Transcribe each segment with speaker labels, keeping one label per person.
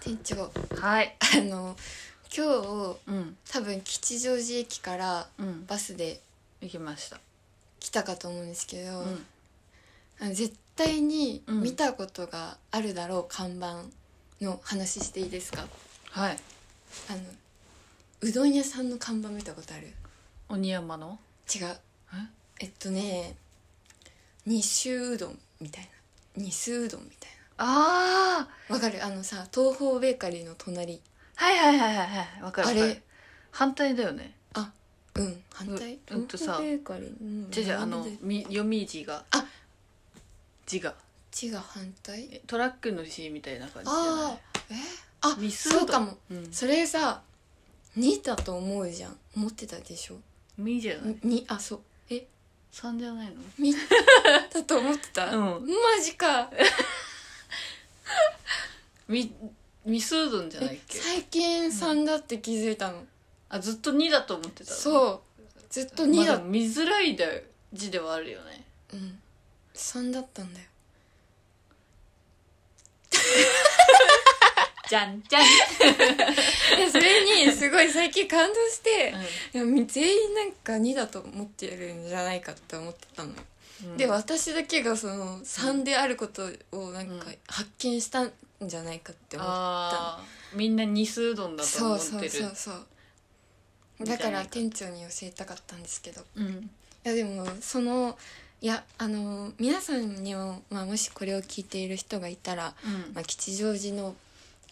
Speaker 1: 店長
Speaker 2: はい
Speaker 1: あの今日
Speaker 2: うん
Speaker 1: 多分吉祥寺駅から
Speaker 2: うん
Speaker 1: バスで
Speaker 2: 行きました
Speaker 1: 来たかと思うんですけ
Speaker 2: う
Speaker 1: ど、
Speaker 2: ん
Speaker 1: あの絶対に
Speaker 2: うん
Speaker 1: 見たことがあるだろう看板の話していいですか
Speaker 2: はい
Speaker 1: あのうどん屋さんの看板見たことある
Speaker 2: 鬼山の
Speaker 1: 違うえっとね二州うどんみたいな二州うどんみたい
Speaker 2: ああ
Speaker 1: なわかるあのさ東方ベーカリーの隣
Speaker 2: はいはいはいはいはいわかる
Speaker 1: あ
Speaker 2: わ
Speaker 1: れ
Speaker 2: かる反対だよね
Speaker 1: うん反対
Speaker 2: ううんと
Speaker 1: 東
Speaker 2: さ
Speaker 1: 方ベーカリーうん
Speaker 2: じゃじゃあ
Speaker 1: なん
Speaker 2: の
Speaker 1: で
Speaker 2: み読み字が
Speaker 1: あ
Speaker 2: 字が
Speaker 1: 字が反対
Speaker 2: えトラックの字みたいな感じじゃな
Speaker 1: あ
Speaker 2: い
Speaker 1: あえあ
Speaker 2: ミス
Speaker 1: そうかも
Speaker 2: うん
Speaker 1: それさ2だと思うじゃん思ってたでしょ
Speaker 2: みじゃない
Speaker 1: にあそうえ
Speaker 2: 三じゃないの
Speaker 1: みだと思ってた、
Speaker 2: うん
Speaker 1: マジか
Speaker 2: みミスうどんじゃないっけ
Speaker 1: 最近3だって気づいたの、
Speaker 2: あずっと二だと思ってた
Speaker 1: そうずっと2
Speaker 2: まあ
Speaker 1: だ、
Speaker 2: でも見づらいだよ字ではあるよね
Speaker 1: うん3だったんだよ
Speaker 2: じゃんじゃん、
Speaker 1: でそれにすごい最近感動して
Speaker 2: う
Speaker 1: いやみ全員なんか2だと思ってるんじゃないかって思ってたのよ、
Speaker 2: ん
Speaker 1: で私だけがその3であることをなんか
Speaker 2: うん
Speaker 1: 発見したんじゃないかって思って
Speaker 2: あーみんな二数うどんだと
Speaker 1: そ
Speaker 2: 思
Speaker 1: う
Speaker 2: ってる
Speaker 1: そうそうそうだから店長に教えたかったんですけどい
Speaker 2: うん
Speaker 1: やでもそのいやあの皆さんにも、まあ、もしこれを聞いている人がいたら、
Speaker 2: うん
Speaker 1: まあ、吉祥寺の、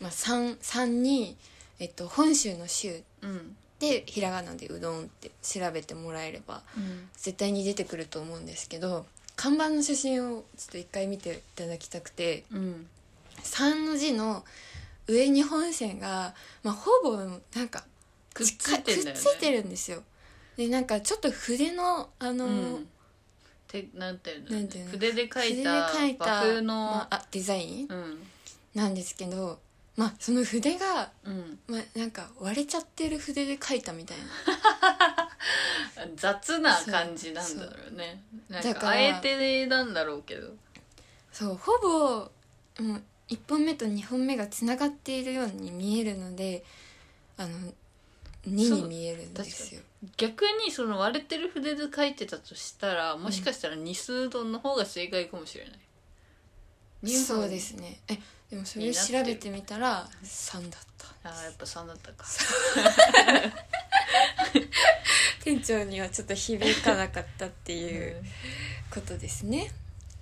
Speaker 1: まあ、3, 3に、えっと、本州の州
Speaker 2: うん
Speaker 1: でひらがなでうどんって調べてもらえれば
Speaker 2: うん
Speaker 1: 絶対に出てくると思うんですけど看板の写真をちょっと一回見ていただきたくて。
Speaker 2: うん
Speaker 1: 3の字の上に本線が、まあ、ほぼなんか
Speaker 2: くっついてんだよね
Speaker 1: くっついてるんですよでなんかちょっと筆のあの、
Speaker 2: うんてなんていうの
Speaker 1: なんていうの
Speaker 2: 筆で書い
Speaker 1: 筆で
Speaker 2: た
Speaker 1: 描いた
Speaker 2: 和風の、
Speaker 1: まあ、あデザイン
Speaker 2: うん
Speaker 1: なんですけど、まあ、その筆が、
Speaker 2: うん
Speaker 1: まあ、なんか割れちゃってる筆で描いたみたいな
Speaker 2: 雑な感じなんだろうねなん
Speaker 1: だ
Speaker 2: か
Speaker 1: から
Speaker 2: あえてなんだろうけど
Speaker 1: そうほぼもう1本目と2本目がつながっているように見えるのであの2に見えるんですよ
Speaker 2: 逆にその割れてる筆で書いてたとしたらもしかしたら二数うどんの方が正解かもしれない、二
Speaker 1: そう
Speaker 2: 本
Speaker 1: ですねえでもそれ調べてみたら3だった
Speaker 2: ああやっぱ3だったか
Speaker 1: 店長にはちょっと響かなかったって
Speaker 2: う
Speaker 1: いうことですね、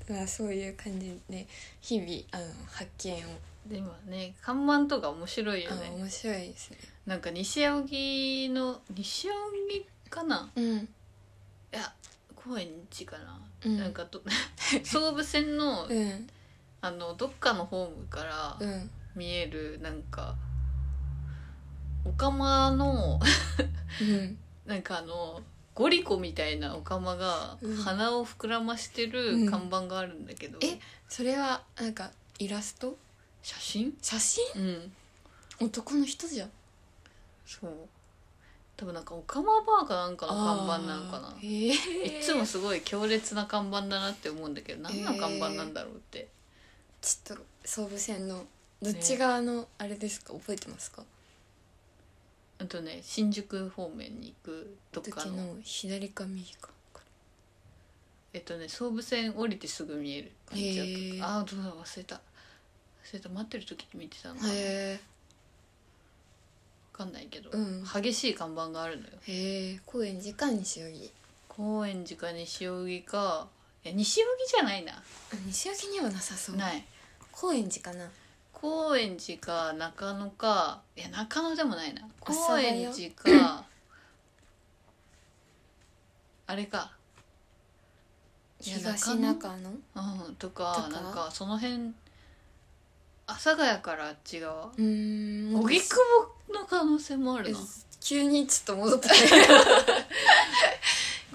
Speaker 1: まあそういう感じで日々あの発見を、
Speaker 2: んでもね看板とか面白いよ
Speaker 1: あ
Speaker 2: ね
Speaker 1: 面白いですね
Speaker 2: なんか西荻の西荻かな
Speaker 1: うん
Speaker 2: いや高円寺かな、
Speaker 1: うん
Speaker 2: なんかと 総武線の,、
Speaker 1: うん
Speaker 2: あのどっかのホームから
Speaker 1: うん
Speaker 2: 見えるなんかお釜の
Speaker 1: うん
Speaker 2: なんかあのゴリコみたいなお釜が
Speaker 1: うん
Speaker 2: 鼻を膨らまして
Speaker 1: う
Speaker 2: る
Speaker 1: ん
Speaker 2: 看板があるんだけど、
Speaker 1: えそれはなんかイラスト
Speaker 2: 写真
Speaker 1: 写真
Speaker 2: うん
Speaker 1: 男の人じゃん
Speaker 2: そう多分なんかおかまバーかなんかの看板なのかな
Speaker 1: あーえ
Speaker 2: い
Speaker 1: ー、
Speaker 2: つもすごい強烈な看板だなって思うんだけど何の看板なんだろうって、
Speaker 1: ちょっと総武線のどっち側のあれですか覚えてますか
Speaker 2: あとね新宿方面に行くとか
Speaker 1: 時
Speaker 2: の
Speaker 1: の左か右か
Speaker 2: えっとね総武線降りてすぐ見える感じだった、
Speaker 1: へー
Speaker 2: ああどうだ忘れた忘れた待ってる時に見てたのかな、わ
Speaker 1: へ
Speaker 2: かんないけど、
Speaker 1: うん
Speaker 2: 激しい看板があるのよ
Speaker 1: えへえ高円寺か西荻
Speaker 2: 高円寺か西荻かいや西荻じゃないな
Speaker 1: あ西荻にはなさそう
Speaker 2: ない
Speaker 1: 高円寺かな
Speaker 2: 高円寺か中野かいや中野でもないな
Speaker 1: 阿佐ヶ
Speaker 2: 高
Speaker 1: 谷
Speaker 2: 円寺かあれかいや
Speaker 1: 東中野
Speaker 2: うんとか
Speaker 1: とか
Speaker 2: なんかその辺阿佐ヶ谷からあっち側
Speaker 1: うーん
Speaker 2: 荻窪の可能性もあるな
Speaker 1: 急にちょっと戻ったね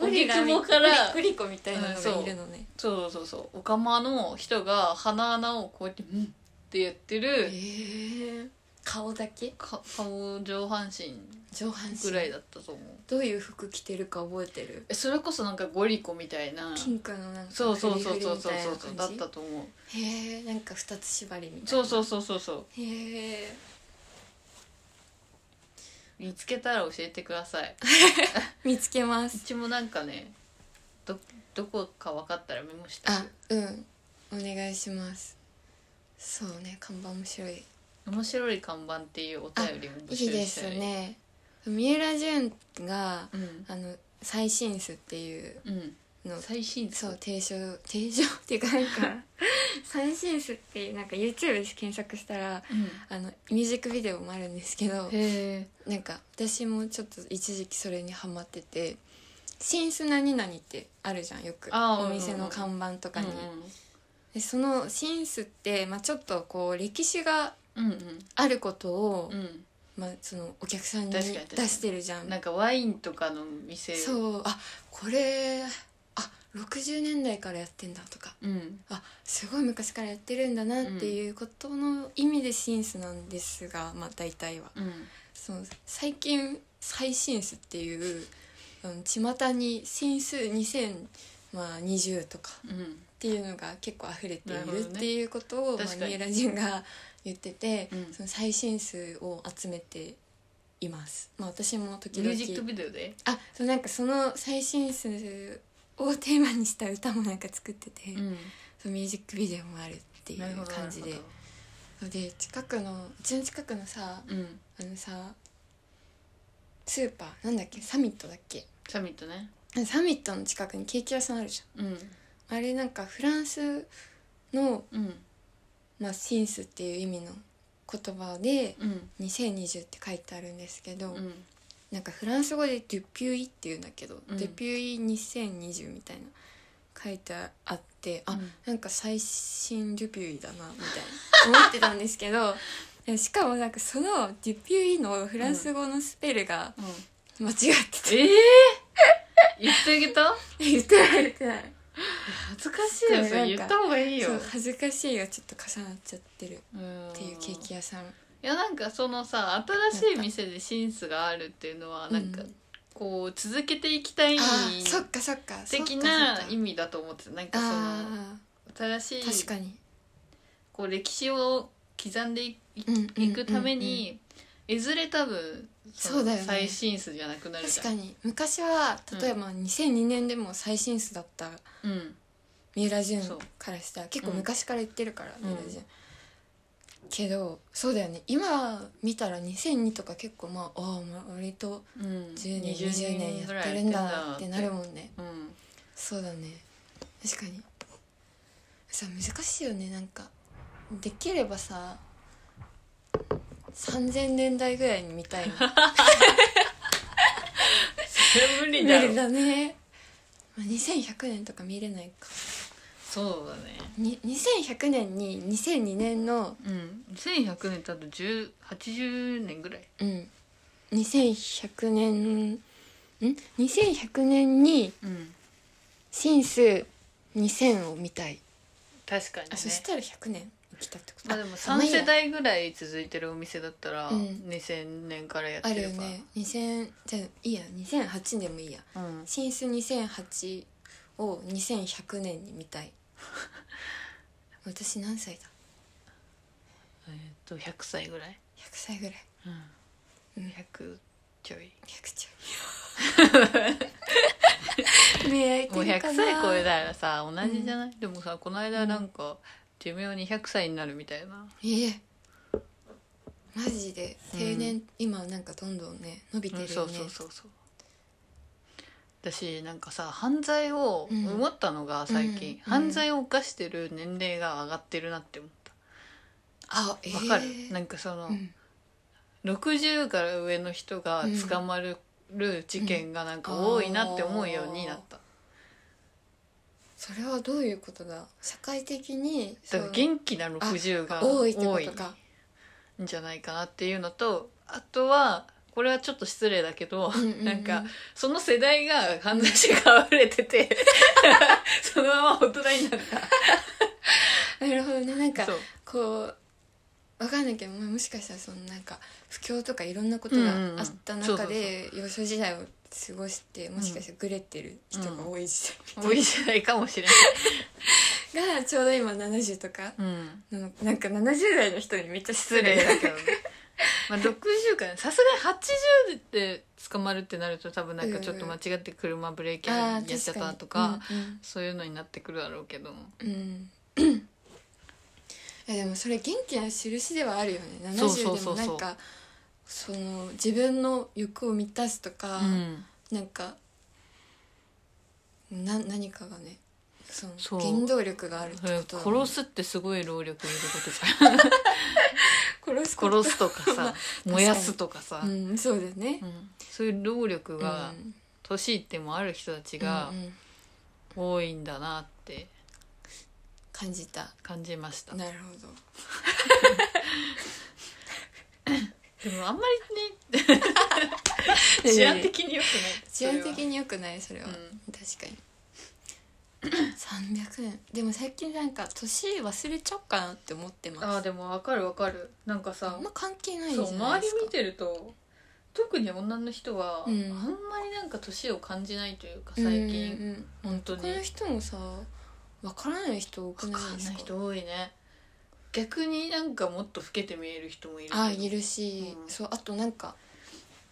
Speaker 2: 荻窪から
Speaker 1: グリコみたいなのがいるのね、
Speaker 2: そうそうそうおかまの人が鼻穴をこうやって「うん」ってやって
Speaker 1: へ
Speaker 2: る
Speaker 1: え顔だけ
Speaker 2: か顔上半身
Speaker 1: 上半身
Speaker 2: ぐらいだったと思う
Speaker 1: どういう服着てるか覚えてる
Speaker 2: えそれこそなんかゴリコみたいな
Speaker 1: ピンクのなんか
Speaker 2: そうそうそう
Speaker 1: フリフリ
Speaker 2: そう
Speaker 1: み
Speaker 2: そう
Speaker 1: たい
Speaker 2: そ
Speaker 1: な
Speaker 2: う
Speaker 1: 感じ
Speaker 2: だったと思う
Speaker 1: へえなんか二つ縛りみたいな
Speaker 2: そうそうそうそうそう
Speaker 1: へえ
Speaker 2: 見つけたら教えてください
Speaker 1: 見つけま
Speaker 2: う
Speaker 1: す
Speaker 2: ちもなんかねどどこか分かったらメモして
Speaker 1: あうんお願いしますそうね看板面白い
Speaker 2: 面白い看板っていうお便りも募集
Speaker 1: いいで
Speaker 2: し
Speaker 1: す
Speaker 2: たり
Speaker 1: ね三浦淳が
Speaker 2: うん
Speaker 1: あの最新数っていう
Speaker 2: うん
Speaker 1: の
Speaker 2: 最新作
Speaker 1: そう提唱提唱っていうかなん か最新数っていうなんか YouTube で検索したら
Speaker 2: うん
Speaker 1: あのミュージックビデオもあるんですけど
Speaker 2: へえ
Speaker 1: なんか私もちょっと一時期それにハマってて「新須何々」ってあるじゃんよく
Speaker 2: あー
Speaker 1: お店の看板とかに、
Speaker 2: う
Speaker 1: でその「新須って、まあ、ちょっとこう歴史が
Speaker 2: んうん
Speaker 1: あることを、
Speaker 2: うんうん
Speaker 1: まあ、そのお客さんに出
Speaker 2: 確かに確かに
Speaker 1: してるじゃん
Speaker 2: なんかワインとかの店
Speaker 1: そうあこれあ60年代からやってんだとか
Speaker 2: うん
Speaker 1: あすごい昔からやってるんだなっていうことの意味でシンスなんですが、まあ大体は
Speaker 2: うん
Speaker 1: その最近最新スっていう、うん、巷に「新数2020」とか
Speaker 2: うん
Speaker 1: っていうのが結構溢れてい
Speaker 2: なるほ
Speaker 1: る
Speaker 2: ど
Speaker 1: っ
Speaker 2: ね
Speaker 1: ていうことを、まあ、
Speaker 2: 確か
Speaker 1: 三
Speaker 2: に
Speaker 1: 浦淳が言ってて、
Speaker 2: うん
Speaker 1: その最新数を集めています。まあ、私も時
Speaker 2: ミュージック
Speaker 1: 々
Speaker 2: ビデオで
Speaker 1: あそうなんかその最新数をテーマにした歌もなんか作ってて、
Speaker 2: うん
Speaker 1: そのミュージックビデオもあるっていう
Speaker 2: なるほど
Speaker 1: 感じで
Speaker 2: なるほ
Speaker 1: そうで近くのうちの近くのさ
Speaker 2: どうん
Speaker 1: あのさスーパーなんだっけサミットだっけ
Speaker 2: サミットね
Speaker 1: サミットの近くにケーキ屋さんあるじ
Speaker 2: うん
Speaker 1: ゃんあれなんかフランスの、
Speaker 2: うん
Speaker 1: まあ、シンスっていう意味の言葉で
Speaker 2: うん
Speaker 1: 2020って書いてあるんですけど、
Speaker 2: うん
Speaker 1: なんかフランス語で「デュピュイ」っていうんだけど「
Speaker 2: うん
Speaker 1: デュピュイ2020」みたいな書いてあってあ、
Speaker 2: うん
Speaker 1: なんか最新デュピュイだなみたいな思ってたんですけ どでもしかもなんかそのデュピュイのフランス語のスペルが、
Speaker 2: うん
Speaker 1: 間違ってた
Speaker 2: ええ言ってあげた
Speaker 1: 言ってない言ってない
Speaker 2: 恥ずかしいよそれ言った方がいいよ
Speaker 1: そう恥ずかしいがちょっと重なっちゃってる
Speaker 2: っ
Speaker 1: っていうケーキ屋さん
Speaker 2: いやなんかそのさ新しい店でシンスがあるっていうのはなんか
Speaker 1: うん
Speaker 2: こう続けていきたい
Speaker 1: あーそっかそっか
Speaker 2: 的
Speaker 1: そっか
Speaker 2: な
Speaker 1: そっか
Speaker 2: 意味だと思ってたなんかその
Speaker 1: あ
Speaker 2: 新
Speaker 1: ー
Speaker 2: し
Speaker 1: 確
Speaker 2: い
Speaker 1: かに
Speaker 2: こう歴史を刻んでいい
Speaker 1: うんうんうんうん
Speaker 2: いくためにいずれ多分の
Speaker 1: そうだよね
Speaker 2: 再進数じゃなくなるじ
Speaker 1: 確
Speaker 2: ゃ
Speaker 1: か
Speaker 2: ん
Speaker 1: に昔は例えば2002年でも最新数だった
Speaker 2: うん
Speaker 1: 三浦淳
Speaker 2: そう
Speaker 1: からしたら結
Speaker 2: う
Speaker 1: 構
Speaker 2: ん
Speaker 1: 昔から言ってるから
Speaker 2: ん
Speaker 1: 三浦淳けどそうだよね今見たら2002とか結構まあああ割と
Speaker 2: うん
Speaker 1: 10年
Speaker 2: 20
Speaker 1: 20年
Speaker 2: ぐ
Speaker 1: や
Speaker 2: ら
Speaker 1: っ
Speaker 2: い
Speaker 1: てるんだってなる
Speaker 2: ん
Speaker 1: もんね
Speaker 2: うん
Speaker 1: そうだね確かにさ難しいよねなんかできればさ3000年代ぐらいに見た いな
Speaker 2: それは無理
Speaker 1: 無
Speaker 2: だろ
Speaker 1: 理だねまあ2100年とか見れないか
Speaker 2: そうだね
Speaker 1: に2100年に2002年の
Speaker 2: うん1100年だと10 80年ぐらい
Speaker 1: うん2100年ん2100年に
Speaker 2: うん
Speaker 1: 新数2000を見たい
Speaker 2: 確かに
Speaker 1: あ
Speaker 2: ね
Speaker 1: そしたら100年生きたってこと
Speaker 2: まあでも
Speaker 1: まあ
Speaker 2: 3
Speaker 1: いいや
Speaker 2: 世代ぐらい続いてるお店だったら
Speaker 1: うん
Speaker 2: 2000年からやっ
Speaker 1: あ
Speaker 2: て
Speaker 1: るよ
Speaker 2: るから
Speaker 1: ね2000じゃあいいや2008でもいいや
Speaker 2: うん
Speaker 1: 新数2008を2100年に見 たい私何歳だ
Speaker 2: えーっと100歳ぐらい
Speaker 1: 100歳ぐらい
Speaker 2: うん100ちょい
Speaker 1: 100ちゃ 目開い
Speaker 2: もう
Speaker 1: て
Speaker 2: 100
Speaker 1: るかな
Speaker 2: 歳超えたらさ同じじゃない、でもさこの間なんか寿命200歳になるみたいな
Speaker 1: ええマジで
Speaker 2: うん
Speaker 1: 定年、今なんかどんどんね伸びてる
Speaker 2: う
Speaker 1: よ
Speaker 2: ん
Speaker 1: ね、
Speaker 2: そうそうそうそうだしなんかさ犯罪を
Speaker 1: うん
Speaker 2: 思ったのが最近、
Speaker 1: うん
Speaker 2: 犯罪を犯してる年齢が上がってるなって思っ
Speaker 1: あええ
Speaker 2: たわかる、なんかその、
Speaker 1: うん
Speaker 2: 60から上の人が捕まる事件がなんか多いなって思うようになった、
Speaker 1: それはどういうことだ社会的に
Speaker 2: だから元気な60が
Speaker 1: 多
Speaker 2: 多
Speaker 1: い
Speaker 2: い
Speaker 1: ってことか
Speaker 2: んじゃないかなっていうのとあとはこれはちょっと失礼だけど、
Speaker 1: うんうんうん
Speaker 2: なんかその世代が犯罪者が溢れて てそのまま大人になっ
Speaker 1: なるほどねなん
Speaker 2: た
Speaker 1: か
Speaker 2: そう
Speaker 1: こうわかんないけど、まあ、もしかしたらそのなんか不況とかいろんなことがあった中で幼少時代を過ごしてもしかしたらグレてる人が多い時代、
Speaker 2: 多いじゃないかもしれ
Speaker 1: がちょうど今70とか
Speaker 2: ない。うん。
Speaker 1: なのなんか70代の人にめっちゃ失
Speaker 2: 失
Speaker 1: 礼
Speaker 2: 礼
Speaker 1: だ
Speaker 2: だ
Speaker 1: け
Speaker 2: け
Speaker 1: ど
Speaker 2: どね。まあ60かねさすがに80で捕まるってなると多分なんかちょっと間違って車ブレーキやっちゃったとか、そういうのになってくるだろうけど
Speaker 1: うん、うんえでもそれ元気な印ではあるよね
Speaker 2: そう
Speaker 1: 70
Speaker 2: そう
Speaker 1: で
Speaker 2: そ
Speaker 1: も
Speaker 2: うそ
Speaker 1: な
Speaker 2: うん
Speaker 1: かその自分の欲を満たすとか、
Speaker 2: うん
Speaker 1: なんかな何かがねその
Speaker 2: そう
Speaker 1: 原動力があるって
Speaker 2: それ
Speaker 1: ことだもん
Speaker 2: 殺
Speaker 1: ね
Speaker 2: すってすごい労力いることじゃん
Speaker 1: 殺すこと
Speaker 2: 殺すとか さ
Speaker 1: に
Speaker 2: 燃やすとかさ、
Speaker 1: うんそうだよね
Speaker 2: うんそういう労力が
Speaker 1: うん
Speaker 2: 年いってもある人たちが
Speaker 1: うんうん
Speaker 2: 多いんだなって
Speaker 1: 感じた
Speaker 2: 感じました、
Speaker 1: なるほど
Speaker 2: でもあんまりね 治安的に良くない
Speaker 1: 治安
Speaker 2: に
Speaker 1: 的に良くないそれは、
Speaker 2: うん
Speaker 1: 確かに300年でも最近なんか年忘れちゃおうかなって思ってます
Speaker 2: あーでもわかるわかるなんか
Speaker 1: あ
Speaker 2: さ
Speaker 1: んま関係ないじ
Speaker 2: そ
Speaker 1: ゃ
Speaker 2: う
Speaker 1: ない
Speaker 2: 周
Speaker 1: です
Speaker 2: り
Speaker 1: か
Speaker 2: 見てると特に女の人は、
Speaker 1: うん
Speaker 2: あんまりなんか年を感じないというか最近、
Speaker 1: うんうんうん
Speaker 2: 本当に
Speaker 1: この人もさわからない人多く
Speaker 2: わ
Speaker 1: な
Speaker 2: か
Speaker 1: いで
Speaker 2: ん
Speaker 1: す
Speaker 2: ない
Speaker 1: か
Speaker 2: 人多いね逆になんかもっと老けて見える人もいるけど
Speaker 1: あいるし、
Speaker 2: うん
Speaker 1: そうあとなんか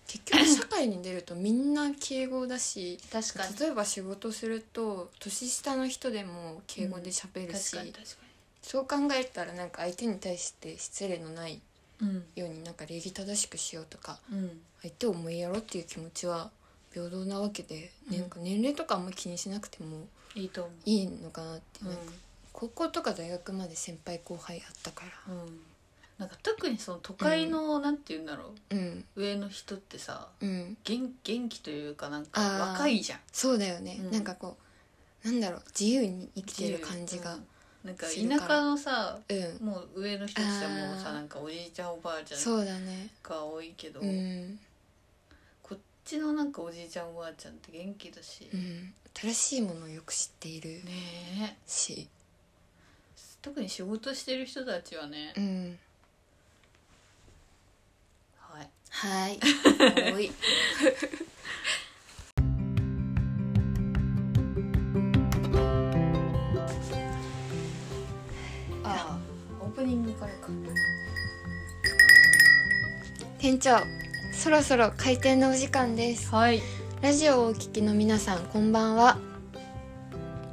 Speaker 1: 結局社会に出るとみんな敬語だし
Speaker 2: 確かに
Speaker 1: 例えば仕事すると年下の人でも敬語で喋る
Speaker 2: 確
Speaker 1: し、
Speaker 2: かに確か
Speaker 1: そう考えたらなんか相手に対して失礼のない
Speaker 2: にうん
Speaker 1: ようになんか礼儀正しくしようとか
Speaker 2: うん
Speaker 1: 相手を思いやろうっていう気持ちは平等なわけで、
Speaker 2: うん
Speaker 1: なんか年齢とかあんま気にしなくても
Speaker 2: いいと思
Speaker 1: いいのかなって、
Speaker 2: う、
Speaker 1: なんか高校とか大学まで先輩後輩あったか
Speaker 2: うんうん、なんか特にその都会の、なんて言うんだろ
Speaker 1: らうん
Speaker 2: う上の人ってさ
Speaker 1: うん
Speaker 2: 元元気というかなんか
Speaker 1: あー
Speaker 2: 若いじゃん
Speaker 1: そうだよね、
Speaker 2: うん
Speaker 1: なんかこうなんだろう自由に生きてる感じが
Speaker 2: うんなんか田舎のさ
Speaker 1: うん、
Speaker 2: もう上の人たちはもう
Speaker 1: あ
Speaker 2: さ
Speaker 1: ー
Speaker 2: なんかおじいちゃんおばあちゃん
Speaker 1: そうだね
Speaker 2: が多いけど、
Speaker 1: うん、
Speaker 2: こっちのなんかおじいちゃんおばあちゃんって元気だし、
Speaker 1: う
Speaker 2: ね
Speaker 1: ん、新しいものをよく知っている
Speaker 2: え
Speaker 1: し、
Speaker 2: 特に仕事してる人たちはね、
Speaker 1: うん、
Speaker 2: はい
Speaker 1: はい 多い
Speaker 2: あオープニングからか
Speaker 1: 店長そろそろ開店のお時間です
Speaker 2: はい
Speaker 1: ラジオをお聞きの皆さんこんばんは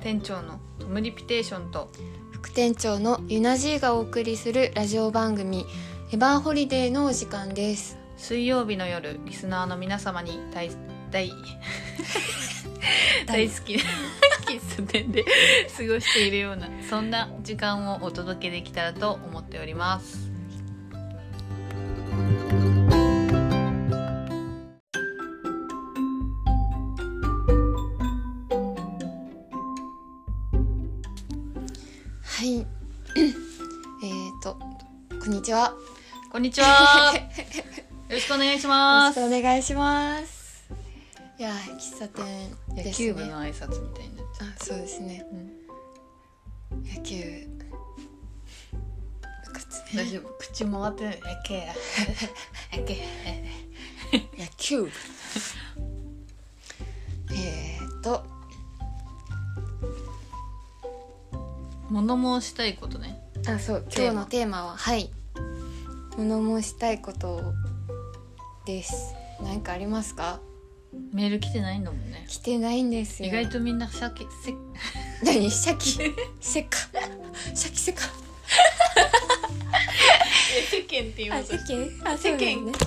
Speaker 2: 店長のトムリピテーションと
Speaker 1: 副店長のゆなじーがお送りするラジオ番組エバーホリデーのお時間です
Speaker 2: 水曜日の夜リスナーの皆様に大大 大好きな喫茶店で 過ごしているようなそんな時間をお届けできたらと思っております
Speaker 1: はい えっとこんにちは
Speaker 2: こんにち はよろしくお願いし
Speaker 1: よろ
Speaker 2: ま
Speaker 1: しく
Speaker 2: す
Speaker 1: お願いしますいやー喫茶店
Speaker 2: 野
Speaker 1: です
Speaker 2: 球
Speaker 1: ね
Speaker 2: 部の挨拶みたいになっちゃ
Speaker 1: あそうですね
Speaker 2: う、
Speaker 1: 野球部活
Speaker 2: 大
Speaker 1: ね
Speaker 2: 丈夫口回ってない野球 や野球や
Speaker 1: 野球 部えっと
Speaker 2: 物申したいことね
Speaker 1: あそう
Speaker 2: テーマ
Speaker 1: 今日のテーマははい物申したいことです何かありますか
Speaker 2: メール来てないんだもんね
Speaker 1: 来てないんですよ
Speaker 2: 意外とみんなシャキせ
Speaker 1: 何シャキセカシャキセカ
Speaker 2: 世間って言
Speaker 1: あ
Speaker 2: うと
Speaker 1: 世間あ
Speaker 2: 世
Speaker 1: そうだよ
Speaker 2: 間
Speaker 1: ね
Speaker 2: か社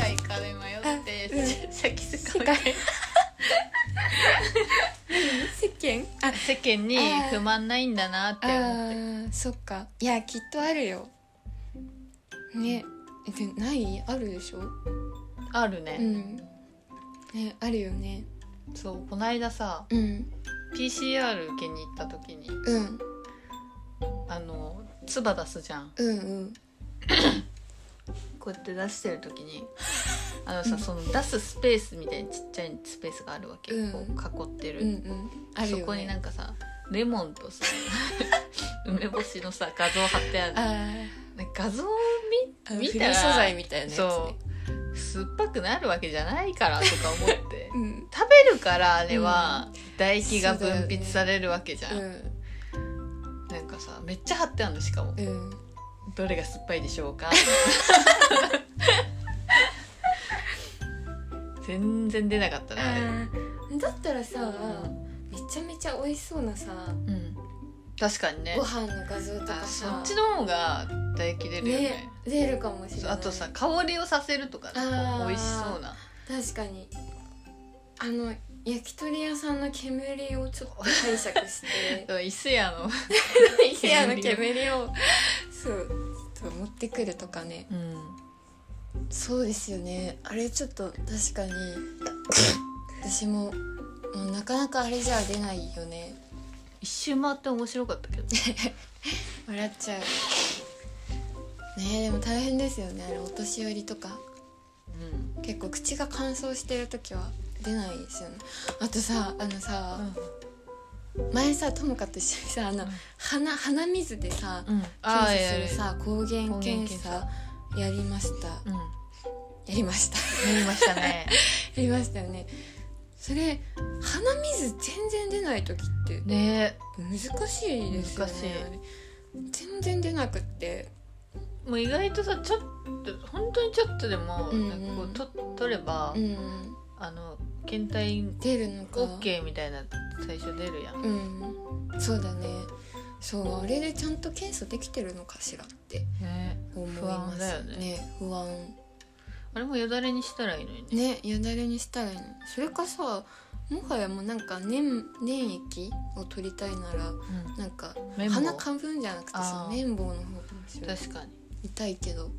Speaker 2: 会かで迷って、
Speaker 1: あ
Speaker 2: シャキシャ
Speaker 1: 世
Speaker 2: キ
Speaker 1: 界 世間あ
Speaker 2: 世間に不満ないんだなって
Speaker 1: あ
Speaker 2: 思って
Speaker 1: ーそっかいやきっとあるよねえでないあるでしょ
Speaker 2: ある
Speaker 1: う
Speaker 2: ね、
Speaker 1: んねあるよね
Speaker 2: そうこないださ
Speaker 1: うん
Speaker 2: PCR 受けに行った時に
Speaker 1: うん
Speaker 2: あの唾出すじゃん
Speaker 1: うんうん
Speaker 2: こうやって出してる時にあのさその出すスペースみたいにちっちゃいスペースがあるわけ、
Speaker 1: うん
Speaker 2: こう囲ってる、
Speaker 1: うんうんあるよ
Speaker 2: そ
Speaker 1: ね
Speaker 2: こになんかさレモンとさ梅干しのさ画像貼ってある
Speaker 1: あー
Speaker 2: なんか画像を
Speaker 1: あの
Speaker 2: 見
Speaker 1: フリ
Speaker 2: 見た
Speaker 1: ー
Speaker 2: ら
Speaker 1: 素材みたいなやつね
Speaker 2: そう酸っぱくなるわけじゃないからとか思って
Speaker 1: うん
Speaker 2: 食べるからあれは唾液が分泌されるわけじゃん、なんかさめっちゃ貼ってあるのしかも
Speaker 1: うんうん
Speaker 2: どれが酸っぱいでし ょうか全然出なかったなあれ
Speaker 1: あーだったらさ、
Speaker 2: うん
Speaker 1: めちゃめちゃ美味しそうなさ
Speaker 2: うん確かにね
Speaker 1: ご飯の画像とか
Speaker 2: あそ
Speaker 1: さ
Speaker 2: っちの方が唾液出るよね
Speaker 1: ね出るかもしれ
Speaker 2: そう
Speaker 1: ない
Speaker 2: あとさ香りをさせるとかね
Speaker 1: あー
Speaker 2: 美味しそうな
Speaker 1: 確かにあの焼き鳥屋さんの煙をちょっと解釈して
Speaker 2: 伊勢屋の、
Speaker 1: 部屋の煙をそうちょっと持ってくるとかねそうですよねあれちょっと確かに私ももうなかなかあれじゃ出ないよね
Speaker 2: 一周回って面白かったけど
Speaker 1: 笑っちゃうねえでも大変ですよねあれお年寄りとか
Speaker 2: うん
Speaker 1: 結構口が乾燥してる時は出ないですよねあとさあのさ、前さともかと一緒にさあの
Speaker 2: うん
Speaker 1: 鼻鼻水でさ
Speaker 2: うんあ
Speaker 1: 検査
Speaker 2: ー
Speaker 1: す
Speaker 2: や
Speaker 1: る
Speaker 2: る
Speaker 1: さ抗原検
Speaker 2: 抗
Speaker 1: 査やりました や
Speaker 2: うんや
Speaker 1: りました
Speaker 2: りましたね
Speaker 1: やりましたよねそれ鼻水全然出ない時って
Speaker 2: ね
Speaker 1: 難しいですよね
Speaker 2: 難しい
Speaker 1: あれ全然出なくって
Speaker 2: もう意外とさちょっと本当にちょっとでも、
Speaker 1: うんうん
Speaker 2: なんかこうと取れば、
Speaker 1: うん
Speaker 2: あの検体
Speaker 1: 出るのか
Speaker 2: OK みたいな最初出るやん
Speaker 1: うんそうだねそうあれでちゃんと検査できてるのかしらって
Speaker 2: ね
Speaker 1: 思います
Speaker 2: 不安だよね
Speaker 1: 不安
Speaker 2: あれもよだれにしたらいいのに
Speaker 1: ね
Speaker 2: ね
Speaker 1: よだれにしたらいいのそれかさもはやもうなんか粘粘液を取りたいならなんか
Speaker 2: うん、綿棒
Speaker 1: 鼻かぶんじゃなくてさ
Speaker 2: あー
Speaker 1: 綿棒の方かもしれない
Speaker 2: 確かに
Speaker 1: 痛いけど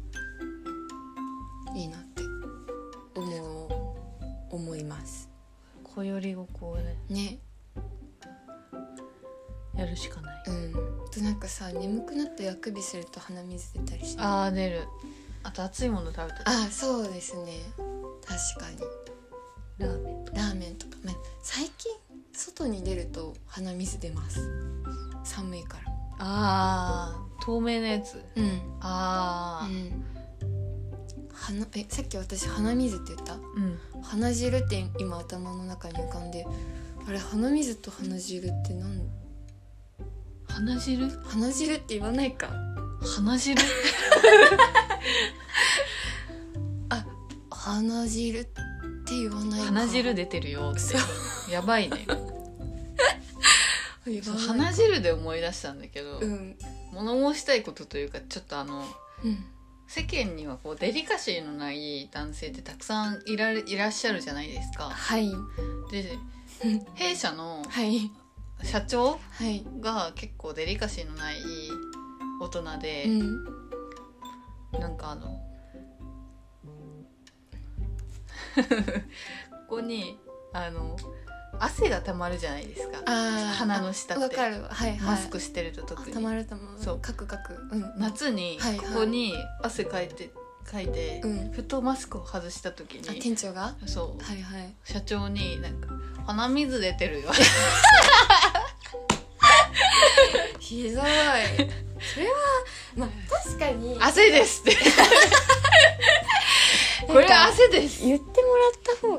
Speaker 1: いいなって思う思います
Speaker 2: 小よりをこうね
Speaker 1: ね
Speaker 2: やるしかない
Speaker 1: うんあとなんかさ眠くなってあくびすると鼻水出たりしてあ
Speaker 2: あー出るあと熱いもの食べたら
Speaker 1: あそうですね確かに
Speaker 2: ラーメン
Speaker 1: ラーメンとか、まあ、最近外に出ると鼻水出ます寒いから
Speaker 2: あー透明なやつ
Speaker 1: うんう
Speaker 2: あ
Speaker 1: ん鼻えさっき私鼻水って言った
Speaker 2: ーうん
Speaker 1: 鼻汁って今頭の中に浮かんであれ鼻水と鼻汁ってなん
Speaker 2: 鼻汁
Speaker 1: 鼻汁って言わないか
Speaker 2: 鼻汁
Speaker 1: 鼻汁って言わないか
Speaker 2: 鼻汁出てるよってやば いね
Speaker 1: 言
Speaker 2: そう
Speaker 1: わない
Speaker 2: 鼻汁で思い出したんだけど、
Speaker 1: うん
Speaker 2: 物申したいことというかちょっとあの
Speaker 1: うん
Speaker 2: 世間にはこうデリカシーのない男性ってたくさんいられいらっしゃるじゃないですか。
Speaker 1: はい
Speaker 2: で
Speaker 1: うん
Speaker 2: 弊社の
Speaker 1: はい
Speaker 2: 社
Speaker 1: は
Speaker 2: 長
Speaker 1: い
Speaker 2: が結構デリカシーのない大人で
Speaker 1: う、ん
Speaker 2: なんかあの ここにあの汗がたまるじゃないですか
Speaker 1: あー
Speaker 2: 鼻の下って
Speaker 1: わかるはいはい
Speaker 2: マスクしてると特
Speaker 1: た
Speaker 2: に
Speaker 1: まるたまる
Speaker 2: そう
Speaker 1: カクカクうん
Speaker 2: 夏に
Speaker 1: はいはい
Speaker 2: ここに汗かいてかいて、
Speaker 1: うん
Speaker 2: ふとマスクを外した時
Speaker 1: あ
Speaker 2: に
Speaker 1: 店長が
Speaker 2: そう
Speaker 1: はいはい
Speaker 2: 社長になんか「鼻水出て るよ」
Speaker 1: ひどい それはまあ確かに
Speaker 2: 「汗です」って「これは汗です」
Speaker 1: 言っても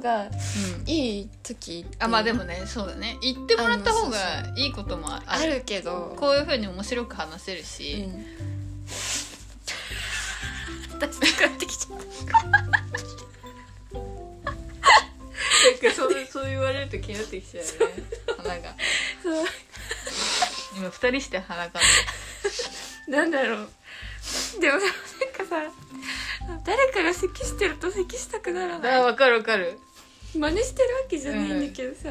Speaker 1: らった方が
Speaker 2: うん
Speaker 1: いい時
Speaker 2: あまあでもねそうだね言ってもらった方がいいこともある
Speaker 1: あるけど
Speaker 2: こういうふうに面白く話せる
Speaker 1: う
Speaker 2: し、
Speaker 1: ん私とってきちゃっ
Speaker 2: なんかそうそう言われると気になってきちゃうよね鼻が今二人して鼻かんで
Speaker 1: なんだろうでもなんかさ誰かが咳してると咳したくなら
Speaker 2: あ
Speaker 1: ない
Speaker 2: 分かる分かる
Speaker 1: 真似してるわけじゃないんだけどさ、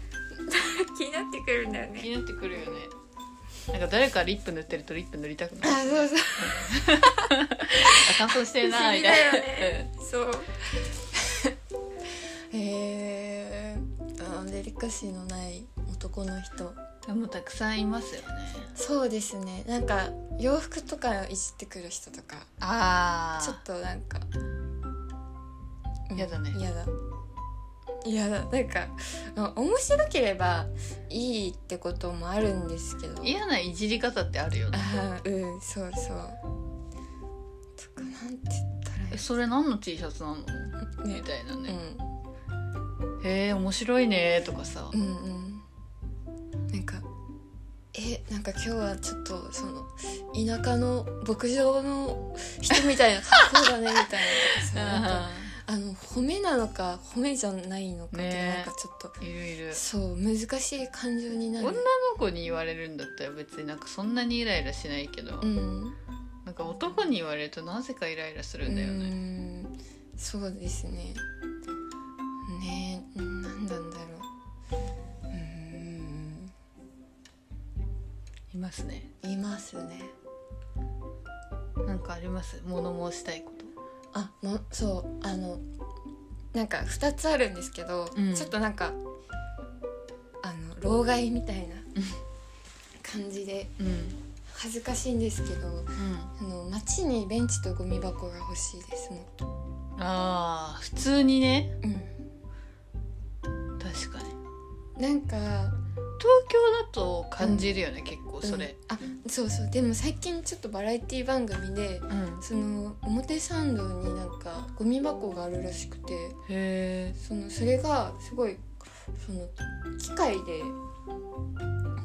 Speaker 1: 気になってくるんだよ
Speaker 2: 気
Speaker 1: ね
Speaker 2: になってくるよねなんか誰かリップ塗ってるとリップ塗りたくなる
Speaker 1: あそうそう
Speaker 2: あ 乾燥してるなみたいな、うん
Speaker 1: そうへえー、あデリカシーのない男の人
Speaker 2: でもたくさんいますよね
Speaker 1: そうですねなんか洋服とかいじってくる人とか
Speaker 2: あ
Speaker 1: ちょっとなんかうん
Speaker 2: やだね
Speaker 1: やだやだなんかまあ面白ければいいってこともあるんですけど
Speaker 2: 嫌ないじり方ってあるよね
Speaker 1: あーうんそうそう
Speaker 2: それ何の T シャツなのみ
Speaker 1: ね
Speaker 2: たいな
Speaker 1: う
Speaker 2: ね、
Speaker 1: ん
Speaker 2: へえ面白いねとかさ、
Speaker 1: うんうんなんかえなんか今日はちょっとその田舎の牧場の人みたいな格好だねみたいなとかさなんか
Speaker 2: あ
Speaker 1: あの褒めなのか褒めじゃないのかって、
Speaker 2: ね
Speaker 1: なんかちょっと
Speaker 2: ーいるいる
Speaker 1: そう難しい感情にな
Speaker 2: 女
Speaker 1: る
Speaker 2: の子に言われるんだったら別になんかそんなにイライラしないけど、
Speaker 1: うん
Speaker 2: なんか男に言われるとなぜかイライラするんだよ
Speaker 1: う
Speaker 2: ね、
Speaker 1: んそうですねねえ何なんだろううん
Speaker 2: いますね
Speaker 1: いますね
Speaker 2: なんかあります物申したいこと
Speaker 1: あもそうあのなんか2つあるんですけど、
Speaker 2: うん
Speaker 1: ちょっとなんかあの老害みたいな感じで
Speaker 2: うん
Speaker 1: 恥ずかしいんですけどあの街にベンチとゴミ箱が欲しいですもっと、
Speaker 2: ああ普通にね
Speaker 1: うん、
Speaker 2: 確かに
Speaker 1: なんか
Speaker 2: 東京だと感じるよね、結構それ、
Speaker 1: うんあそうそうでも最近ちょっとバラエティ番組で
Speaker 2: うん、
Speaker 1: その表参道になんかゴミ箱があるらしくて
Speaker 2: へえ
Speaker 1: そのそれがすごいその機械で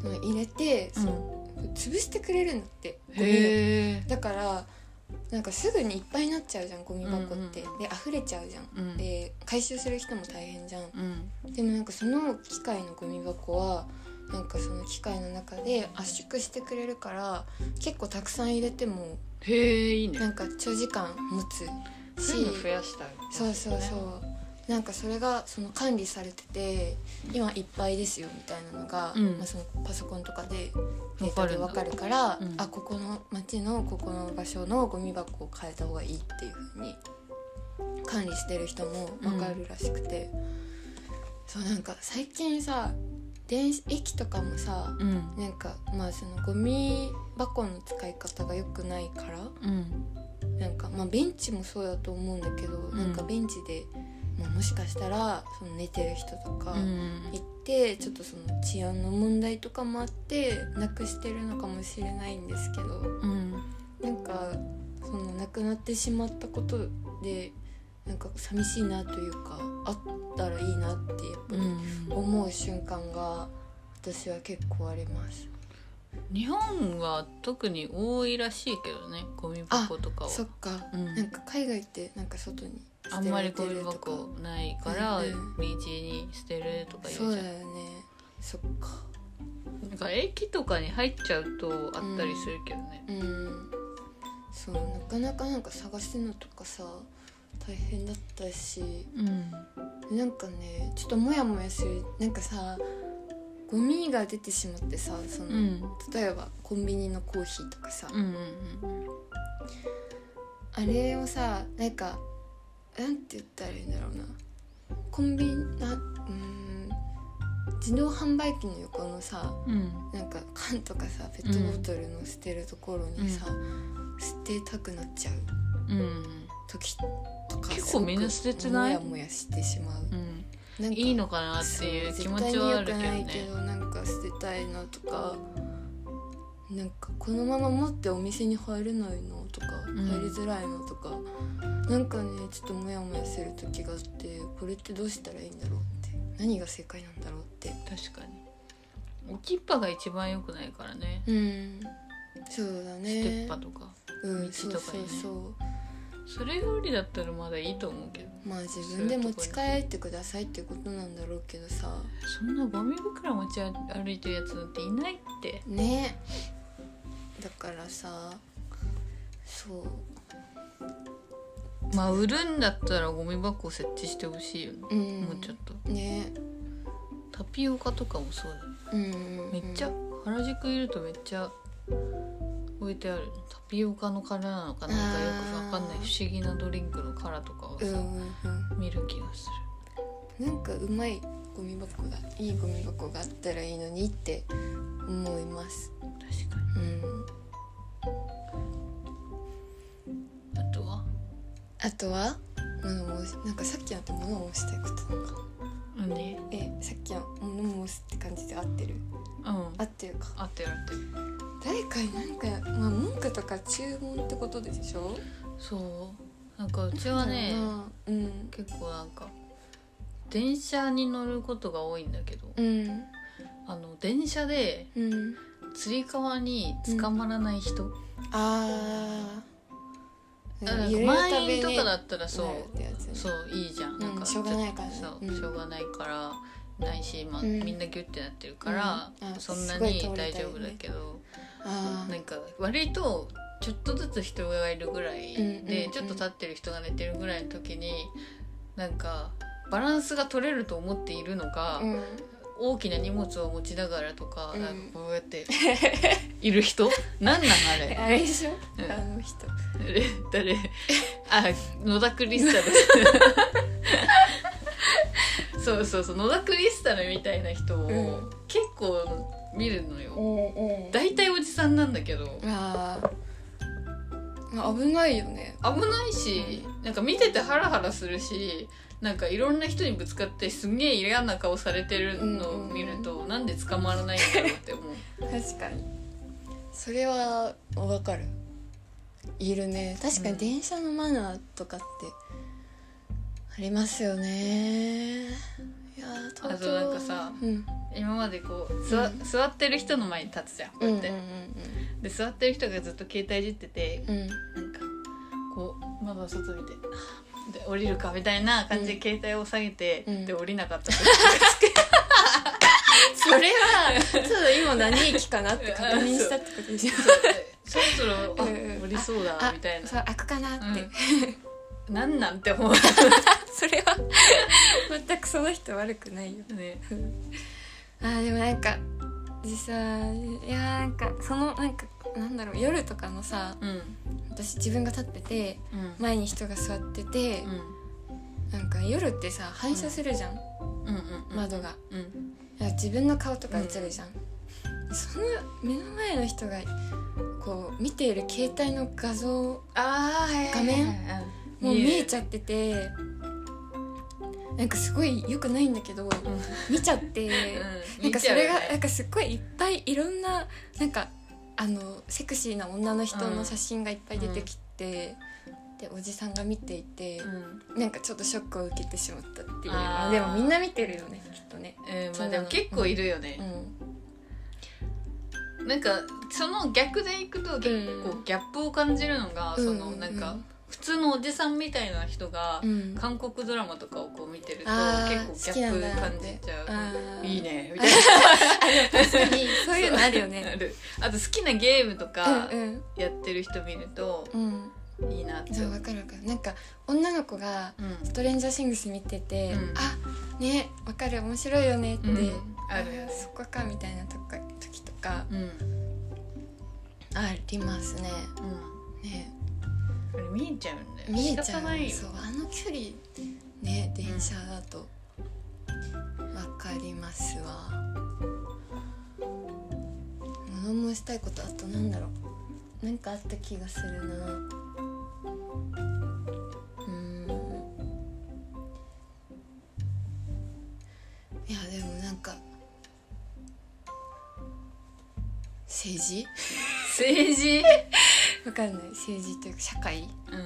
Speaker 1: その入れて、その潰してくれるんだってゴミを
Speaker 2: へえ
Speaker 1: だからなんかすぐにいっぱいになっちゃうじゃんゴミ箱って、で溢れちゃうじゃん、
Speaker 2: うん
Speaker 1: で回収する人も大変じゃん
Speaker 2: うん
Speaker 1: でもなんかその機械のゴミ箱はなんかその機械の中で圧縮してくれるから結構たくさん入れても
Speaker 2: へえいいね
Speaker 1: なんか長時間持つし
Speaker 2: そういうの増やしたい
Speaker 1: そうそうそうなんかそれがその管理されてて今いっぱいですよみたいなのが、
Speaker 2: うん
Speaker 1: まあ、そのパソコンとかでデー
Speaker 2: わか
Speaker 1: タ
Speaker 2: る
Speaker 1: で
Speaker 2: んだ
Speaker 1: 分かるから
Speaker 2: うん
Speaker 1: あここの町のここの場所のゴミ箱を変えた方がいいっていうふうに管理してる人も分かるらしくて、そうなんか最近さ電子駅とかもさ
Speaker 2: うん
Speaker 1: なんかまあそのゴミ箱の使い方が良くないから、
Speaker 2: うん
Speaker 1: なんかまあベンチもそうだと思うんだけど、
Speaker 2: ん
Speaker 1: なんかベンチで、まあ、もしかしたらその寝てる人とか
Speaker 2: うん
Speaker 1: 行って、ちょっとその治安の問題とかもあってなくしてるのかもしれないんですけど
Speaker 2: うん
Speaker 1: なんかその亡くなってしまったことでなんか寂しいなというかあったらいいなってやっぱ
Speaker 2: う
Speaker 1: り
Speaker 2: ん
Speaker 1: 思う瞬間が私は結構あります。
Speaker 2: 日本は特に多いらしいけどねゴミ箱とかを
Speaker 1: そっか、
Speaker 2: うん
Speaker 1: なんか海外ってなんか外に
Speaker 2: あ
Speaker 1: 捨
Speaker 2: ん
Speaker 1: て
Speaker 2: ま
Speaker 1: ら
Speaker 2: り
Speaker 1: れて
Speaker 2: ゴミ
Speaker 1: るとか
Speaker 2: 箱ないから
Speaker 1: う
Speaker 2: 道
Speaker 1: ん
Speaker 2: に捨てるとか言
Speaker 1: そうう
Speaker 2: じ
Speaker 1: だ
Speaker 2: ゃ
Speaker 1: よ
Speaker 2: ん
Speaker 1: ねそっか
Speaker 2: なんか駅とかに入っちゃうとあったりするけどね
Speaker 1: うんそうなかなかなんか探すのとかさ大変だったし
Speaker 2: うん
Speaker 1: なんかねちょっとモヤモヤするなんかさゴミが出てしまってさその、
Speaker 2: うん
Speaker 1: 例えばコンビニのコーヒーとかさ、
Speaker 2: うんうん
Speaker 1: あれをさなんかなんて言ったらいいんだろうなコンビニなうーん自動販売機の横のさ、
Speaker 2: うん
Speaker 1: なんか缶とかさペットボトルの捨てるところにさ、捨てたくなっちゃう
Speaker 2: うん
Speaker 1: 時とか
Speaker 2: 結構みんな捨ててない
Speaker 1: すごくモヤモヤしてしまう、
Speaker 2: うん
Speaker 1: なんか
Speaker 2: いいのかなっていう気持ちはあるけど
Speaker 1: そう絶対に良くない
Speaker 2: ね
Speaker 1: けどなんか捨てたいなとかなんかこのまま持ってお店に入れないのとか、
Speaker 2: ん
Speaker 1: 入りづらいのとかなんかねちょっとモヤモヤする時があってこれってどうしたらいいんだろうって何が正解なんだろうって
Speaker 2: 確かに置きっぱが一番良くないからね
Speaker 1: うんそうだ
Speaker 2: ス
Speaker 1: ね
Speaker 2: テッパとか
Speaker 1: うん、
Speaker 2: 道とかにね
Speaker 1: そうそうそう
Speaker 2: それよりだったらまだいいと思うけど
Speaker 1: まあ自分で持ち帰ってくださいってことなんだろうけどさ
Speaker 2: そんなゴミ袋持ち歩いてるやつなんていないって
Speaker 1: ねだからさそう
Speaker 2: まあ売るんだったらゴミ箱設置してほしいよね、
Speaker 1: うん
Speaker 2: もうちょっと
Speaker 1: ね
Speaker 2: タピオカとかもそうだよ
Speaker 1: うんうん
Speaker 2: めっちゃ、原宿いるとめっちゃ置いてあるタピオカの殻なのかなんかよくわかんない
Speaker 1: あー
Speaker 2: 不思議なドリンクの殻とかを
Speaker 1: う
Speaker 2: さ、
Speaker 1: んうんうん
Speaker 2: 見る気がす
Speaker 1: なんかうまいゴミ箱がいいゴミ箱があったらいいのにって思います
Speaker 2: る確か
Speaker 1: うん
Speaker 2: にあとは
Speaker 1: あとは物申しなんかさっきのって物を申したいことなんか
Speaker 2: うんね
Speaker 1: えさっきの物申すって感じで合ってる
Speaker 2: うんあ
Speaker 1: 合ってるか
Speaker 2: あってあって
Speaker 1: 誰かになんか、まあ、文句とか注文ってことでしょ
Speaker 2: そうなんかうちはね
Speaker 1: うん
Speaker 2: 結構なんか電車に乗ることが多いんだけど、
Speaker 1: うん
Speaker 2: あの電車で
Speaker 1: うん
Speaker 2: つり革に捕まらない人、
Speaker 1: ああ
Speaker 2: だから満員とかだったらそう、
Speaker 1: ってやつね
Speaker 2: そういいじゃん,、
Speaker 1: ん
Speaker 2: なんか
Speaker 1: しょうがないからね
Speaker 2: そう
Speaker 1: うん
Speaker 2: しょうがないからないし、まあ
Speaker 1: うん
Speaker 2: みんなギュッてなってるから、
Speaker 1: うんあ
Speaker 2: そんな
Speaker 1: すごい
Speaker 2: に
Speaker 1: 通りたい
Speaker 2: 大
Speaker 1: ね
Speaker 2: 丈夫だけど、
Speaker 1: あ
Speaker 2: なんか割とちょっとずつ人がいるぐらいで、
Speaker 1: うんうんうん
Speaker 2: ちょっと立ってる人が寝てるぐらいの時になんかバランスが取れると思っているのか、
Speaker 1: あうん
Speaker 2: 大きな荷物を持ちながらとか,、
Speaker 1: うん
Speaker 2: なんかこうやってい る人なんなんあれ
Speaker 1: あれでしょ
Speaker 2: うん
Speaker 1: あの人
Speaker 2: 誰誰あ野田クリスタ ルそうそうそう野田クリスタルみたいな人
Speaker 1: う
Speaker 2: を
Speaker 1: ん
Speaker 2: 結構見るのよ
Speaker 1: おお
Speaker 2: 大体おじさんなんだけど
Speaker 1: あーまあ危ないよね
Speaker 2: 危ないしなんか見ててハラハラするしなんかいろんな人にぶつかってすんげえ嫌な顔されてるのを見ると、なんで捕まらないんだろうって 思う
Speaker 1: 確かにそれはわかるいるね確か
Speaker 2: う
Speaker 1: に
Speaker 2: ん
Speaker 1: 電車のマナーとかってありますよねいやー東京
Speaker 2: あとなんかさ
Speaker 1: うん
Speaker 2: 今までこう座,、
Speaker 1: うん
Speaker 2: 座ってる人の前に立つじゃんこ
Speaker 1: う
Speaker 2: うんや
Speaker 1: う
Speaker 2: っ
Speaker 1: ん
Speaker 2: て、で座ってる人がずっと携帯いじってて
Speaker 1: うんうん
Speaker 2: なんかこう窓の外見て「で降りるか」みたいな感じで携帯を下げて、
Speaker 1: うん
Speaker 2: で降りなかっ た
Speaker 1: そ れはちょっと今何駅かなって確認したってことでしょ
Speaker 2: そろそろあ
Speaker 1: うん
Speaker 2: 降りそうだ
Speaker 1: あ
Speaker 2: みたいな
Speaker 1: そう開くかなって、
Speaker 2: うん、なんなんて思
Speaker 1: それは全くその人悪くないよ
Speaker 2: うね
Speaker 1: あーでもなんか実際いやーなんかそのなんかなんだろう夜とかのさ
Speaker 2: うん
Speaker 1: 私自分が立ってて
Speaker 2: うん
Speaker 1: 前に人が座ってて、なんか夜ってさ反射するじゃん、
Speaker 2: うんうん
Speaker 1: 窓が
Speaker 2: うん
Speaker 1: いや自分の顔とか映るじゃん、その目の前の人がこう見ている携帯の画像
Speaker 2: あーはいはい
Speaker 1: 画面
Speaker 2: はい
Speaker 1: もう見えち
Speaker 2: ゃ
Speaker 1: ゃっててなんかすごい良くないんだけど
Speaker 2: うん、
Speaker 1: 見ちゃって、なんかそれが、なんかすっごいいっぱいいろんななんかあのセクシーな女の人の写真がいっぱい出てきて、でおじさんが見ていて、なんかちょっとショックを受けてしまったっていう
Speaker 2: あー
Speaker 1: でもみんな見てるよねきっとね。
Speaker 2: えまあでも結構いるよね、
Speaker 1: うん、
Speaker 2: なんかその逆でいくと結構ギャップを感じるのが、そのなんか普通のおじさんみたいな人が
Speaker 1: うん、うん
Speaker 2: 韓国ドラマとかをこう見てると
Speaker 1: あー
Speaker 2: 結構ギャップ感じち
Speaker 1: 好きなん
Speaker 2: ゃ
Speaker 1: だっ
Speaker 2: う
Speaker 1: て
Speaker 2: いいねみたいな
Speaker 1: 確かにそういうのあるよ
Speaker 2: あ
Speaker 1: ね。
Speaker 2: るあと好きなゲームとか
Speaker 1: うん
Speaker 2: やってる人見ると
Speaker 1: うん
Speaker 2: いいなって
Speaker 1: うん、そうわかるわかるなんか女の子が
Speaker 2: うん
Speaker 1: 「ストレンジャーシングス」見てて「
Speaker 2: うん
Speaker 1: あねわかる面白いよね」って、
Speaker 2: うんある
Speaker 1: あそこかみたいなとか時とか
Speaker 2: うんうん
Speaker 1: ありますねね
Speaker 2: これ見えちゃうんだよ
Speaker 1: 見えち
Speaker 2: 仕
Speaker 1: ゃ
Speaker 2: 方
Speaker 1: う
Speaker 2: ないよ
Speaker 1: そうあの距離ね電車だとわかりますわ物申したいことあとなんだろうなんかあった気がするなうんいやでもなんか政治
Speaker 2: 政治
Speaker 1: わかんない政治というか社会
Speaker 2: う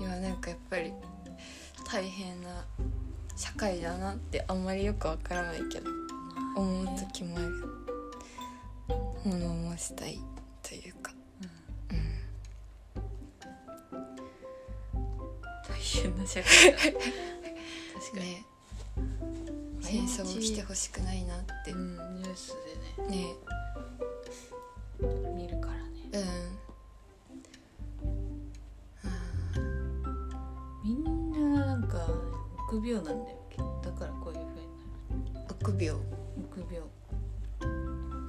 Speaker 2: ん
Speaker 1: いやなんかやっぱり大変な社会だなってあんまりよくわからないけど思う時もある物申したいというか
Speaker 2: 大変な社会 だ確かに
Speaker 1: ね戦争してほしくないなって
Speaker 2: うん、ニュースで
Speaker 1: ね
Speaker 2: ね見るからね
Speaker 1: うんうん
Speaker 2: みんななんか臆病なんだよだからこういうふうに
Speaker 1: 臆病
Speaker 2: 臆病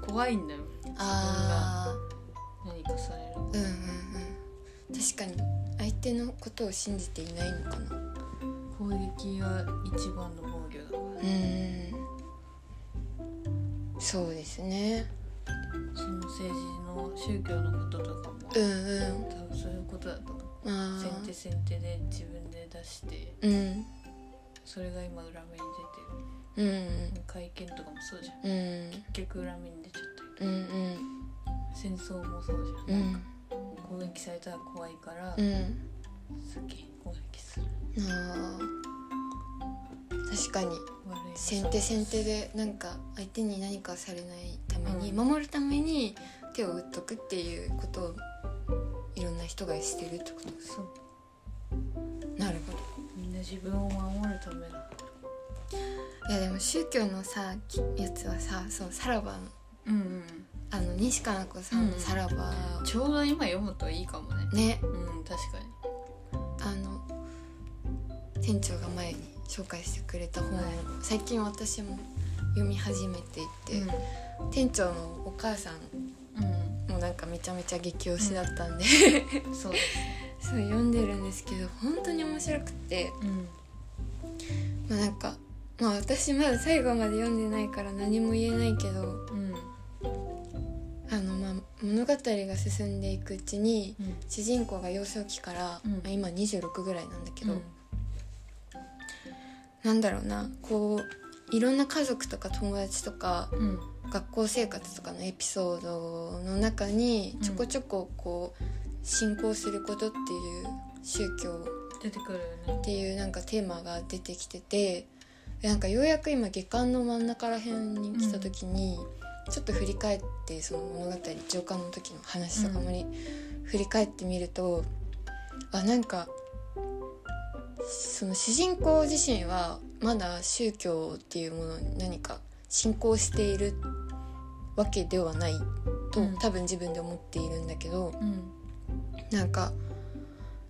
Speaker 2: 怖いんだよ
Speaker 1: あ
Speaker 2: 何かされる
Speaker 1: あうんうんうん確かに相手のことを信じていないのかな
Speaker 2: 攻撃が一番の防御だから
Speaker 1: うーんそうですね
Speaker 2: その政治の宗教のこととかも
Speaker 1: うん
Speaker 2: 多
Speaker 1: うん
Speaker 2: 分そういうことだと思
Speaker 1: あ
Speaker 2: う先手
Speaker 1: ー
Speaker 2: 先手で自分で出して
Speaker 1: うん
Speaker 2: それが今裏目に出
Speaker 1: うん
Speaker 2: てる会見とかもそうじゃん
Speaker 1: うんうん
Speaker 2: 結局裏目に出ちゃったり
Speaker 1: うんうん
Speaker 2: 戦争もそうじゃん、
Speaker 1: うん
Speaker 2: 攻撃されたら怖いから、
Speaker 1: うん
Speaker 2: すげえ攻撃する
Speaker 1: あー確かに
Speaker 2: 悪い
Speaker 1: 先手先手でなんか相手に何かされないために、
Speaker 2: うん
Speaker 1: 守るために手を打っとくっていうことをいろんな人がしてるってこと
Speaker 2: そう
Speaker 1: なるほど
Speaker 2: みんな自分を守るためだ
Speaker 1: いやでも宗教のさきやつはさそうさらばの
Speaker 2: うん、うん、
Speaker 1: あの西加奈子さんの
Speaker 2: うん
Speaker 1: さらば、
Speaker 2: ちょうど今読むといいかもね
Speaker 1: ね
Speaker 2: うん確かに
Speaker 1: あの店長が前に紹介してくれた本を、
Speaker 2: はい
Speaker 1: 最近私も読み始めていて、店長のお母さん
Speaker 2: うん、
Speaker 1: もなんかめちゃめちゃ激推しだったんで、
Speaker 2: うん、そう、
Speaker 1: そう読んでるんですけど本当に面白くて
Speaker 2: うん、
Speaker 1: まあなんかまあ私まだ最後まで読んでないから何も言えないけど
Speaker 2: うん、
Speaker 1: あのまあ物語が進んでいくうちに
Speaker 2: うん、
Speaker 1: 主人公が幼少期から、
Speaker 2: うん
Speaker 1: まあ今26ぐらいなんだけ
Speaker 2: け
Speaker 1: ど、
Speaker 2: ど、
Speaker 1: なんだろうなこういろんな家族とか友達とか
Speaker 2: うん、
Speaker 1: 学校生活とかのエピソードの中に
Speaker 2: うん
Speaker 1: ちょこちょここう信仰することっていう宗教
Speaker 2: 出てくるよね
Speaker 1: っ。ていうなんかテーマが出てきててでなんかようやく今下巻の真ん中ら辺に来た時に、ちょっと振り返ってその物語上巻の時の話とかもに、振り返ってみるとあなんかその主人公自身はまだ宗教っていうものに何か信仰しているわけではないと、
Speaker 2: うん
Speaker 1: 多分自分で思っているんだけど、
Speaker 2: うん、
Speaker 1: なんか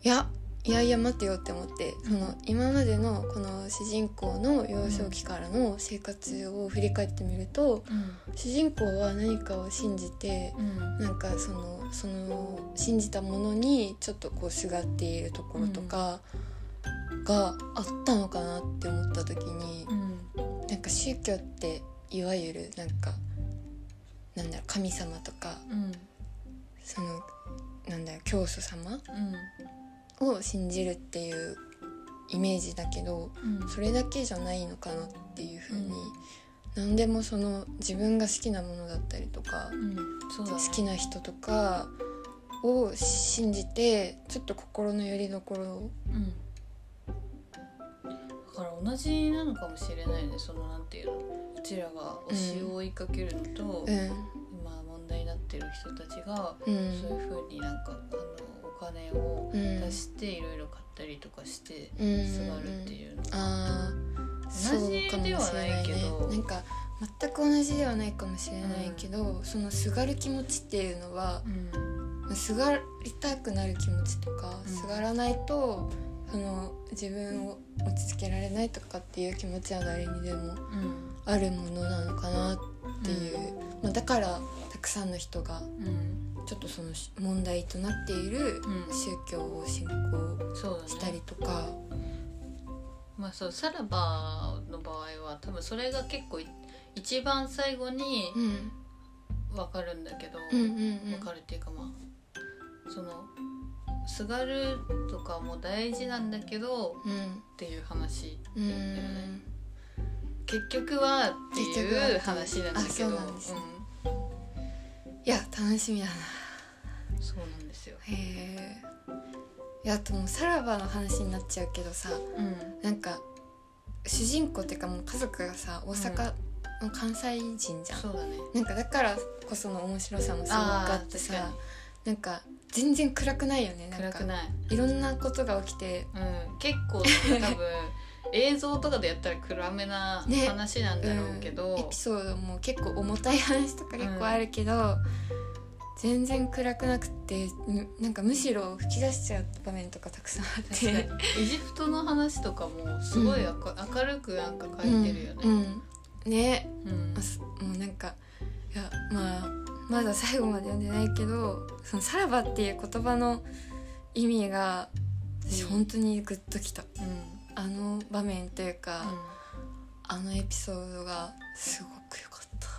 Speaker 1: いやいやいや待てよって思ってその今までのこの主人公の幼少期からの生活を振り返ってみると
Speaker 2: うん、
Speaker 1: 主人公は何かを信じて
Speaker 2: うん、
Speaker 1: なんかそのその信じたものにちょっとこうすがっているところとかがあったのかなって思った時に
Speaker 2: うん、
Speaker 1: なんか宗教っていわゆるなんかなんだろう神様とか
Speaker 2: うん、
Speaker 1: そのなんだろう教祖様
Speaker 2: うん、
Speaker 1: を信じるっていうイメージだけど
Speaker 2: うん、
Speaker 1: それだけじゃないのかなっていうふうに、
Speaker 2: うん
Speaker 1: 何でもその自分が好きなものだったりとか、
Speaker 2: うん、そうだね。
Speaker 1: 好きな人とかを信じてちょっと心の拠り所を
Speaker 2: うん。だから同じなのかもしれないね。そのなんていうの、うちらが推しを追いかけるの
Speaker 1: う
Speaker 2: と、
Speaker 1: ん
Speaker 2: 今問題になってる人たちが、
Speaker 1: う
Speaker 2: そういうん風になんかあのお金を
Speaker 1: うん
Speaker 2: 出していろいろ買ったりとかして
Speaker 1: うん
Speaker 2: すがるっていうの。
Speaker 1: ああそうかもしれない
Speaker 2: 同じで
Speaker 1: ね
Speaker 2: はないけど
Speaker 1: なんか全く同じではないかもしれないけど、そのすがる気持ちっていうのは
Speaker 2: うん、
Speaker 1: すがりたくなる気持ちとか、
Speaker 2: うん
Speaker 1: すがらないとその自分を落ち着けられないとかっていう気持ちは誰にでも
Speaker 2: うん、
Speaker 1: あるものなのかなっていう、まあ、だからたくさんの人が
Speaker 2: うん、
Speaker 1: ちょっとその問題となっている
Speaker 2: うん
Speaker 1: 宗教を信仰
Speaker 2: そうだね。
Speaker 1: したりとか、
Speaker 2: まあそうさらばの場合は多分それが結構い一番最後に
Speaker 1: うん、
Speaker 2: 分かるんだけど、
Speaker 1: うんうん
Speaker 2: 分かるっていうかまあそのすがるとかも大事なんだけど
Speaker 1: うんうん
Speaker 2: っていう話
Speaker 1: うんうん
Speaker 2: 結局はって
Speaker 1: 結局はって
Speaker 2: い
Speaker 1: いう
Speaker 2: う話なんだけど
Speaker 1: あそうなんですねいや楽しみだな
Speaker 2: うんそうなんですよ、
Speaker 1: へえいやあともうさらばの話になっちゃうけどさ、
Speaker 2: うん
Speaker 1: なんか主人公っていうかもう家族がさ大阪の関西人じゃん、
Speaker 2: そうだね
Speaker 1: なんかだからこその面白さもすごく
Speaker 2: あー
Speaker 1: あってさなんか全然暗くないよねなん
Speaker 2: 暗
Speaker 1: か
Speaker 2: くない、
Speaker 1: いろんなことが起きて
Speaker 2: うん、結構 多分映像とかでやったら暗めな
Speaker 1: ね
Speaker 2: 話なんだろうけど、
Speaker 1: エピソードも結構重たい話とか結構あるけど、全然暗くなくてむなんかむしろ吹き出しちゃう場面とかたくさんあっ
Speaker 2: 確
Speaker 1: て
Speaker 2: かにエジプトの話とかもすごい明る明るくなんか書いてるよ
Speaker 1: うん
Speaker 2: ね。
Speaker 1: うんね
Speaker 2: うん
Speaker 1: まあすもうなんかいやまあまだ最後まで読んでないけどそのさらばっていう言葉の意味が私
Speaker 2: うん
Speaker 1: 本当にグッときた、
Speaker 2: うん
Speaker 1: あの場面というか、あのエピソードがすごく良かった、
Speaker 2: わ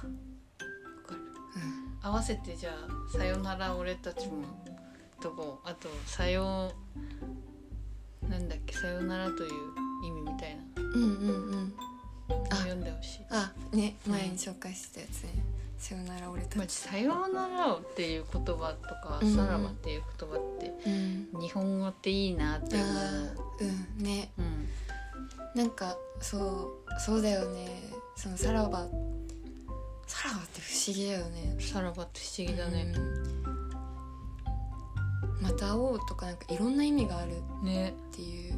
Speaker 2: かる
Speaker 1: うん
Speaker 2: 合わせてじゃあ「さよなら俺たちも」とこあと「さよなんだっけ「さよなら」という意味みたいな
Speaker 1: うんうんうんあ
Speaker 2: 読んでほしい。
Speaker 1: あね前に紹介したやつね、さよなら俺
Speaker 2: ま
Speaker 1: た
Speaker 2: あ
Speaker 1: ち、
Speaker 2: さようならをっていう言葉とか、
Speaker 1: うん
Speaker 2: さらばっていう言葉って
Speaker 1: うん、
Speaker 2: 日本語っていいなって思
Speaker 1: あーうんね
Speaker 2: う、うん、
Speaker 1: なんかそうそうだよねそのさらばさらばって不思議だよね
Speaker 2: さらばって不思議だね、
Speaker 1: うんまた会おうとかなんかいろんな意味があるっ
Speaker 2: ね
Speaker 1: ていう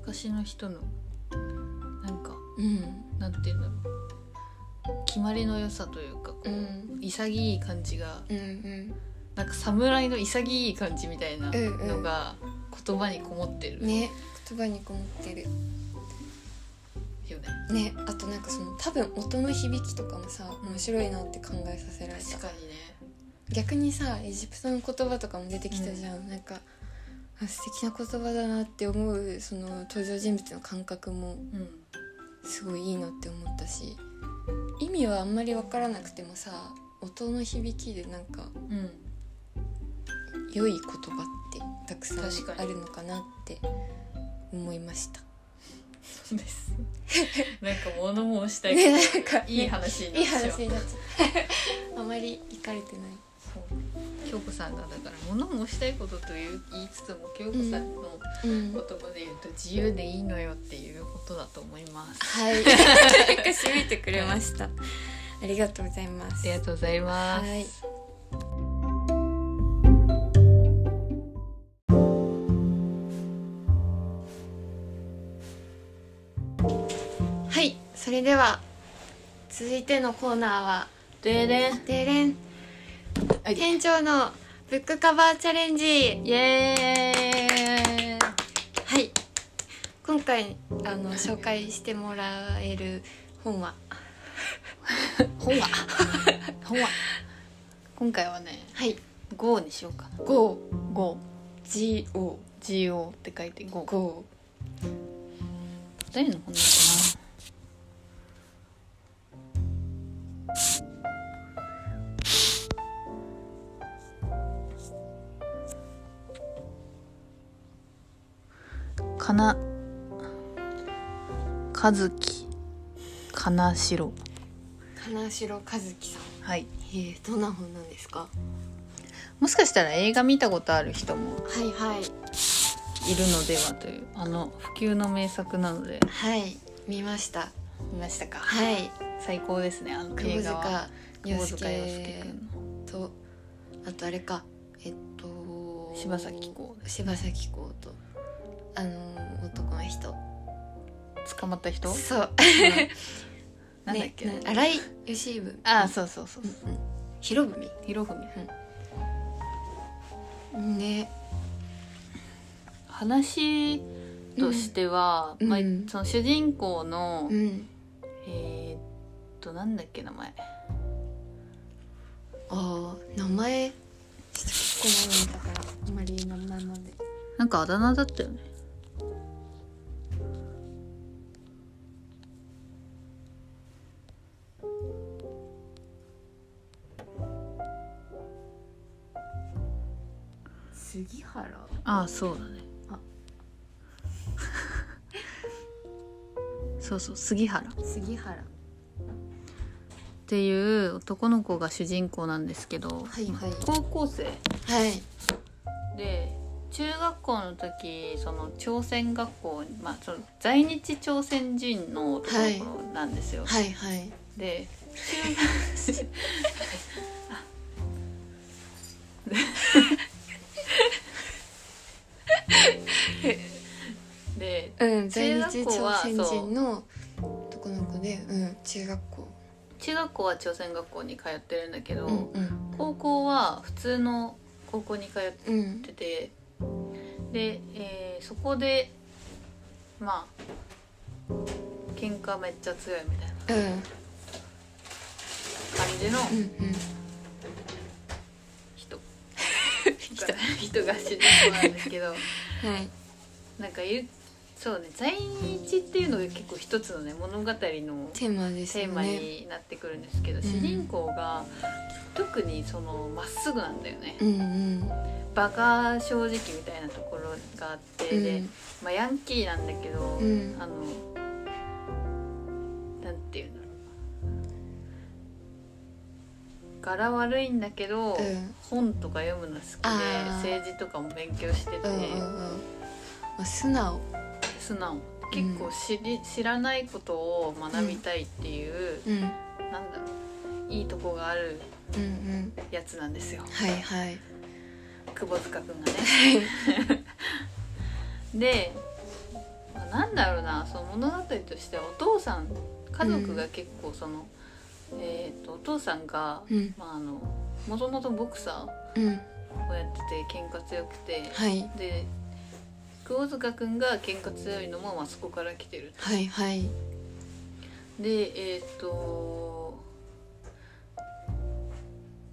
Speaker 2: 昔の人のなんか
Speaker 1: うん
Speaker 2: なんていうんだろう決まりの良さというかこう、
Speaker 1: うん
Speaker 2: 潔い感じが
Speaker 1: うんうん
Speaker 2: なんか侍の潔い感じみたいな
Speaker 1: うんうん
Speaker 2: のが言葉にこもってるよね。
Speaker 1: ね言葉にこもってるねあとなんかその多分音の響きとかもさ面白いなって考えさせられ
Speaker 2: 確
Speaker 1: た
Speaker 2: かにね
Speaker 1: 逆にさエジプトの言葉とかも出てきたじゃん、なんかあ素敵な言葉だなって思うその登場人物の感覚も
Speaker 2: うん
Speaker 1: すごいいいなって思ったし意味はあんまり分からなくてもさ音の響きでなんか
Speaker 2: うん
Speaker 1: 良い言葉ってたくさん
Speaker 2: 確かに
Speaker 1: あるのかなって思いました。
Speaker 2: そ うです。なんか物申したい
Speaker 1: ね、
Speaker 2: け
Speaker 1: なんか
Speaker 2: どいい話になっ
Speaker 1: いい
Speaker 2: ちゃう。
Speaker 1: 話になっちゃう あまり行かれてない。
Speaker 2: そう京子さんがだから物申したいことという言いつつも京子さんの
Speaker 1: うん
Speaker 2: 言葉で言うと自由でいいのよっていうことだと思います。
Speaker 1: はい。なんか締めてくれました。ありがとうございます。
Speaker 2: ありがとうございます。
Speaker 1: はいはい、それでは続いてのコーナーは
Speaker 2: でで
Speaker 1: 「デーレン
Speaker 2: はい
Speaker 1: 店長のブックカバーチャレンジ
Speaker 2: イエーイ。」
Speaker 1: はい今回あの紹介してもらえる本は
Speaker 2: 本は本は今回はね
Speaker 1: はい
Speaker 2: 「GO」にしようかな GO
Speaker 1: 「GO」
Speaker 2: 「GO」って書いて「GO」
Speaker 1: GO
Speaker 2: 誰の本だろうなかな和樹かなしろ
Speaker 1: 金城和樹さん
Speaker 2: はい
Speaker 1: えー、どんな本なんですか
Speaker 2: もしかしたら映画見たことある人も
Speaker 1: はいはい
Speaker 2: いるのではというあの不朽の名作なので
Speaker 1: はい見ました
Speaker 2: 見ましたか
Speaker 1: はい
Speaker 2: 最高ですねあの
Speaker 1: 窪
Speaker 2: 映画は
Speaker 1: 塚洋
Speaker 2: 洋介
Speaker 1: 介
Speaker 2: くんの
Speaker 1: とあとあれかえっと
Speaker 2: 柴咲コウ
Speaker 1: 柴咲コウとあのー男の人
Speaker 2: 捕まった人
Speaker 1: そう
Speaker 2: なんだっけ、
Speaker 1: ね、な荒井由伸
Speaker 2: ああそうそうそうそう
Speaker 1: 博文
Speaker 2: ひろふみ
Speaker 1: ね
Speaker 2: 話としては、
Speaker 1: うん
Speaker 2: まあ
Speaker 1: うん
Speaker 2: その主人公の、
Speaker 1: うん
Speaker 2: えーっとなんだっけ名前
Speaker 1: あー名前ちょっとここまでだからあんまり名前まで
Speaker 2: なんかあだ名だったよね
Speaker 1: 杉原
Speaker 2: ああそうだね
Speaker 1: あ
Speaker 2: そうそう杉原っ
Speaker 1: 杉原
Speaker 2: ていう男の子が主人公なんですけど、
Speaker 1: はいはい
Speaker 2: 高校生
Speaker 1: はい
Speaker 2: で中学校の時その朝鮮学校に、まあ、その在日朝鮮人の男の子なんですよ、
Speaker 1: はいはい
Speaker 2: で中 で
Speaker 1: うん、在
Speaker 2: 中学
Speaker 1: 日
Speaker 2: 校は
Speaker 1: 朝鮮人の男の子で、うん、中学校。
Speaker 2: 中学校は朝鮮学校に通ってるんだけど、
Speaker 1: うんうん
Speaker 2: 高校は普通の高校に通って
Speaker 1: うん
Speaker 2: っててで、えーそこでまあ喧嘩めっちゃ強いみたいな
Speaker 1: うん
Speaker 2: 感じの
Speaker 1: うんうん
Speaker 2: 人が
Speaker 1: 人
Speaker 2: 人が主人公なんですけど
Speaker 1: はい
Speaker 2: なんかいるそうね在日っていうのが結構一つのね物語のテ
Speaker 1: テーマですよ
Speaker 2: ーマ
Speaker 1: ね。
Speaker 2: になってくるんですけど、
Speaker 1: ん
Speaker 2: 主人公が特にそのまっすぐなんだよね、
Speaker 1: うんうん
Speaker 2: バカ正直みたいなところがあって、
Speaker 1: う
Speaker 2: で
Speaker 1: ん
Speaker 2: まあ、ヤンキーなんだけど、
Speaker 1: うん
Speaker 2: あのなんていうんだろう柄悪いんだけど、
Speaker 1: うん
Speaker 2: 本とか読むの好きで
Speaker 1: あー
Speaker 2: 政治とかも勉強して
Speaker 1: う
Speaker 2: て、
Speaker 1: んうんうんまあ素直
Speaker 2: 素直結構知り、知らないことを学びたいっていう、
Speaker 1: うんうん
Speaker 2: なんだろういいとこがある
Speaker 1: うん
Speaker 2: やつなんですよ
Speaker 1: はいはい
Speaker 2: 窪塚くんがね。で、まあなんだろうなその物語としてはお父さん家族が結構その、えー、とお父さんが、
Speaker 1: うん
Speaker 2: まあ、あのもともとボクサ
Speaker 1: うん
Speaker 2: ーをやってて喧嘩強くて
Speaker 1: はい
Speaker 2: で窪塚くんが喧嘩強いのも、まあ、そこから来てる。
Speaker 1: はいはい
Speaker 2: でえっ、と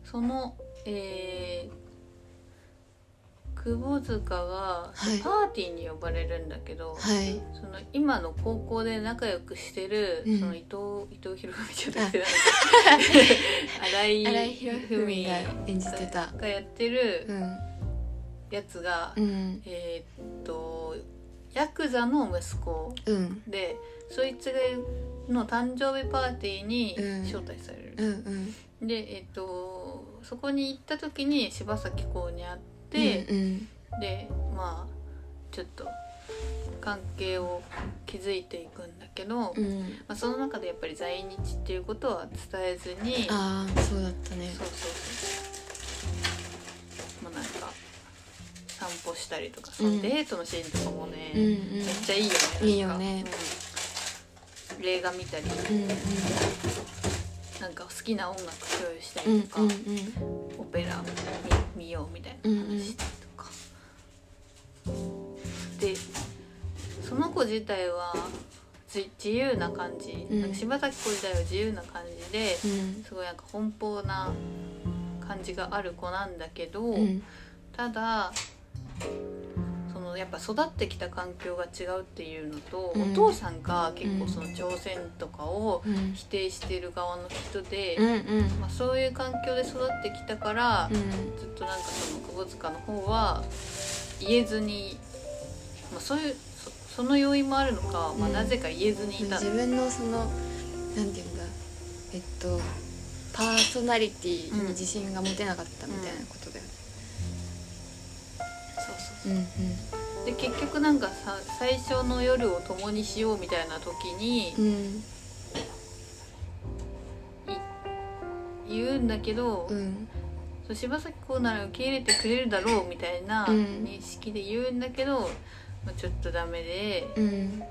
Speaker 2: そのえー、窪塚が
Speaker 1: はい
Speaker 2: パーティーに呼ばれるんだけど、
Speaker 1: はい
Speaker 2: その今の高校で仲良くしてる、
Speaker 1: うん
Speaker 2: その伊藤伊藤博文じゃなくて 荒井
Speaker 1: 新井博文
Speaker 2: が
Speaker 1: が演じてた
Speaker 2: やってる
Speaker 1: うん
Speaker 2: やつが、
Speaker 1: うん
Speaker 2: えーっとヤクザの息子
Speaker 1: うん
Speaker 2: でそいつがの誕生日パーティーに
Speaker 1: うん
Speaker 2: 招待される
Speaker 1: う、んうん
Speaker 2: でえーっとそこに行った時に柴咲コウに会って、
Speaker 1: うん
Speaker 2: でまあちょっと関係を築いていくんだけど、
Speaker 1: うんうん
Speaker 2: まあ、その中でやっぱり在日っていうことは伝えずにそう
Speaker 1: ああそうだったね
Speaker 2: そうそうもうなんか散歩したりとかその
Speaker 1: うん
Speaker 2: デートのシーンとかもね、
Speaker 1: うんうん
Speaker 2: めっちゃいいよねなんか
Speaker 1: いいよね
Speaker 2: うん映画見たり
Speaker 1: うんうん
Speaker 2: なんか好きな音楽共有した
Speaker 1: う
Speaker 2: り
Speaker 1: ん
Speaker 2: とか、
Speaker 1: うん
Speaker 2: オペラ見見ようみたいな話したりとか、でその子自体はじ自由な感じ、
Speaker 1: うん
Speaker 2: なんか柴咲子自体は自由な感じで
Speaker 1: う、ん
Speaker 2: すごいなんか奔放な感じがある子なんだけど、
Speaker 1: うん
Speaker 2: ただそのやっぱ育ってきた環境が違うっていうのと、
Speaker 1: うん
Speaker 2: お父さんが結
Speaker 1: う
Speaker 2: 構
Speaker 1: ん
Speaker 2: その挑戦とかを
Speaker 1: うん
Speaker 2: 否定してる側の人で、
Speaker 1: うんうん
Speaker 2: まあ、そういう環境で育ってきたから、
Speaker 1: うん
Speaker 2: ずっとなんかその窪塚の方は言えずに、まあ、そういうそその要因もあるのか、まあ、
Speaker 1: うん
Speaker 2: なぜか言えずにいた、
Speaker 1: 自分のそのなんていうんだえっとパーソナリティに自信が持てなかったみたいなことだよね
Speaker 2: そうそう
Speaker 1: うんうん
Speaker 2: で結局なんかさ最初の夜を共にしようみたいな時に
Speaker 1: うん
Speaker 2: 言うんだけど、
Speaker 1: うん
Speaker 2: そう柴咲コウなら受け入れてくれるだろうみたいな
Speaker 1: うん
Speaker 2: 認識で言うんだけど、まあ、ちょっとダメで
Speaker 1: うん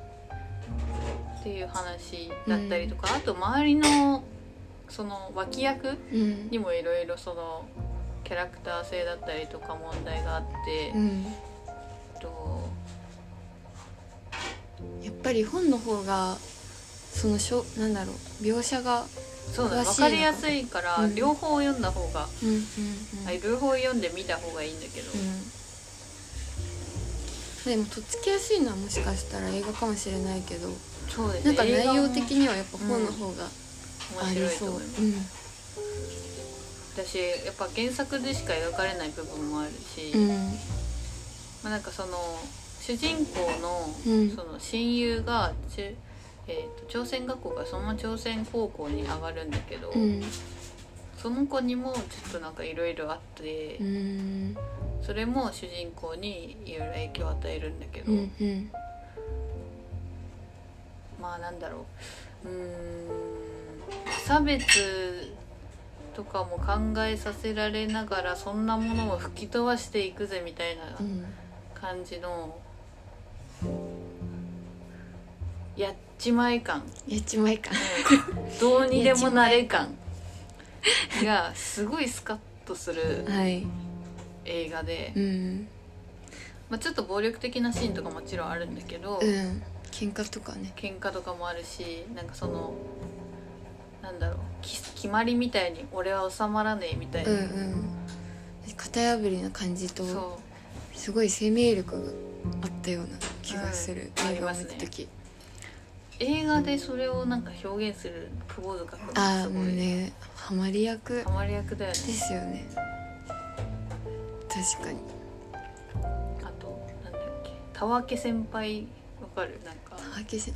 Speaker 2: っていう話だったりとか、あと周りのその脇役
Speaker 1: うん
Speaker 2: にもいろいろそのキャラクター性だったりとか問題があって、
Speaker 1: うん
Speaker 2: と
Speaker 1: やっぱり本の方がそのしょなんだろう描写が
Speaker 2: そう
Speaker 1: 詳
Speaker 2: だ分
Speaker 1: しいのか
Speaker 2: かりやすいから、
Speaker 1: うん
Speaker 2: 両方読んだ方が、
Speaker 1: うんうん
Speaker 2: あ両方読んでみた方がいいんだけど、
Speaker 1: でもとっつきやすいのはもしかしたら映画かもしれないけど
Speaker 2: そうです
Speaker 1: なんか内容
Speaker 2: 映
Speaker 1: 的
Speaker 2: 画
Speaker 1: にはやっぱ本の方が
Speaker 2: も
Speaker 1: あ
Speaker 2: 面
Speaker 1: り
Speaker 2: 白い
Speaker 1: そ
Speaker 2: と
Speaker 1: う、
Speaker 2: 思います、
Speaker 1: うん
Speaker 2: 私やっぱ原作でしか描かれない部分もあるし、
Speaker 1: う
Speaker 2: ま
Speaker 1: ん
Speaker 2: あ、なんかその主人公の,、
Speaker 1: うん
Speaker 2: その親友がちゅ、えー、と朝鮮学校からそのまま朝鮮高校に上がるんだけど、
Speaker 1: うん
Speaker 2: その子にもちょっとなんかいろいろあって。
Speaker 1: うん
Speaker 2: それも主人公にいろいろ影響を与えるんだけど、
Speaker 1: うんうん
Speaker 2: まあなんだろううーん差別とかも考えさせられながらそんなものを吹き飛ばしていくぜみたいな
Speaker 1: うん
Speaker 2: 感じの、やっちま い感
Speaker 1: やっちまいか
Speaker 2: どうにでもなれ感がすごいスカッとする
Speaker 1: はい
Speaker 2: 映画で
Speaker 1: う、ん
Speaker 2: まあ、ちょっと暴力的なシーンとかもちろんあるんだけど。
Speaker 1: うん喧嘩とかね
Speaker 2: 喧嘩とかもあるしなんかそのなんだろうき決まりみたいに俺は収まらねえみたいな、
Speaker 1: うんうん型破りな感じと
Speaker 2: そ
Speaker 1: すごい生命力があったような気がする、
Speaker 2: うん
Speaker 1: 映画を見た時
Speaker 2: う映画でそれをなんか表現する久保塚君
Speaker 1: あ
Speaker 2: が
Speaker 1: あ
Speaker 2: す
Speaker 1: も
Speaker 2: ご
Speaker 1: う
Speaker 2: い、
Speaker 1: ねハマり役
Speaker 2: ハマり役だよね
Speaker 1: ですよね確かに
Speaker 2: あとなんだっけたわけ先輩わかるなんか
Speaker 1: あけし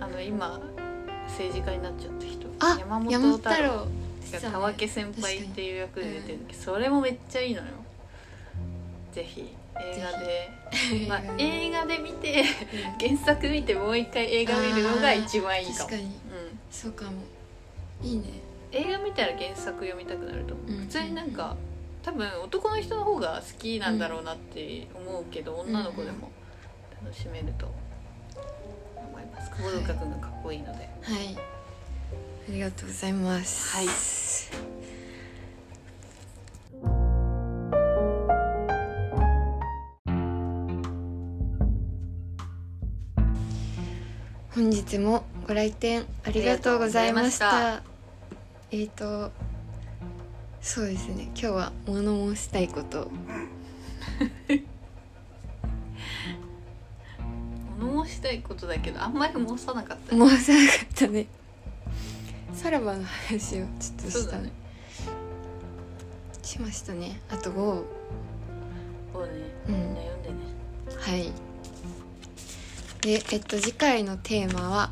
Speaker 1: あ
Speaker 2: あの今政治家になっちゃった人
Speaker 1: あ山本太郎
Speaker 2: が
Speaker 1: そうね
Speaker 2: たわけ先輩っていう役で出てるんだけどそれもめっちゃいいのよぜひ映画で まあ、映画で見て原作見てもう一回映画見るのが一番いいか
Speaker 1: 確か、
Speaker 2: も
Speaker 1: に
Speaker 2: うん、
Speaker 1: そうかもいいね
Speaker 2: 映画見たら原作読みたくなると思う、
Speaker 1: うん
Speaker 2: 普通になんか多分男の人の方が好きなんだろうなって思うけど、女の子でも楽しめると思います久保塚君がかっこいいので、
Speaker 1: はいありがとうございます
Speaker 2: はい
Speaker 1: 本日もご来店ありがとうございました
Speaker 2: あ
Speaker 1: えっ、とそうですね今日は物申したいこと
Speaker 2: 物申したいことだけどあんまり申さなかったね
Speaker 1: 申さなかったねさらばの話をちょっと
Speaker 2: そう
Speaker 1: し
Speaker 2: だ
Speaker 1: た、
Speaker 2: ね
Speaker 1: しましたねあと5
Speaker 2: そうね
Speaker 1: う
Speaker 2: み
Speaker 1: ん
Speaker 2: んな読んでね
Speaker 1: はい。で、えっと次回のテーマは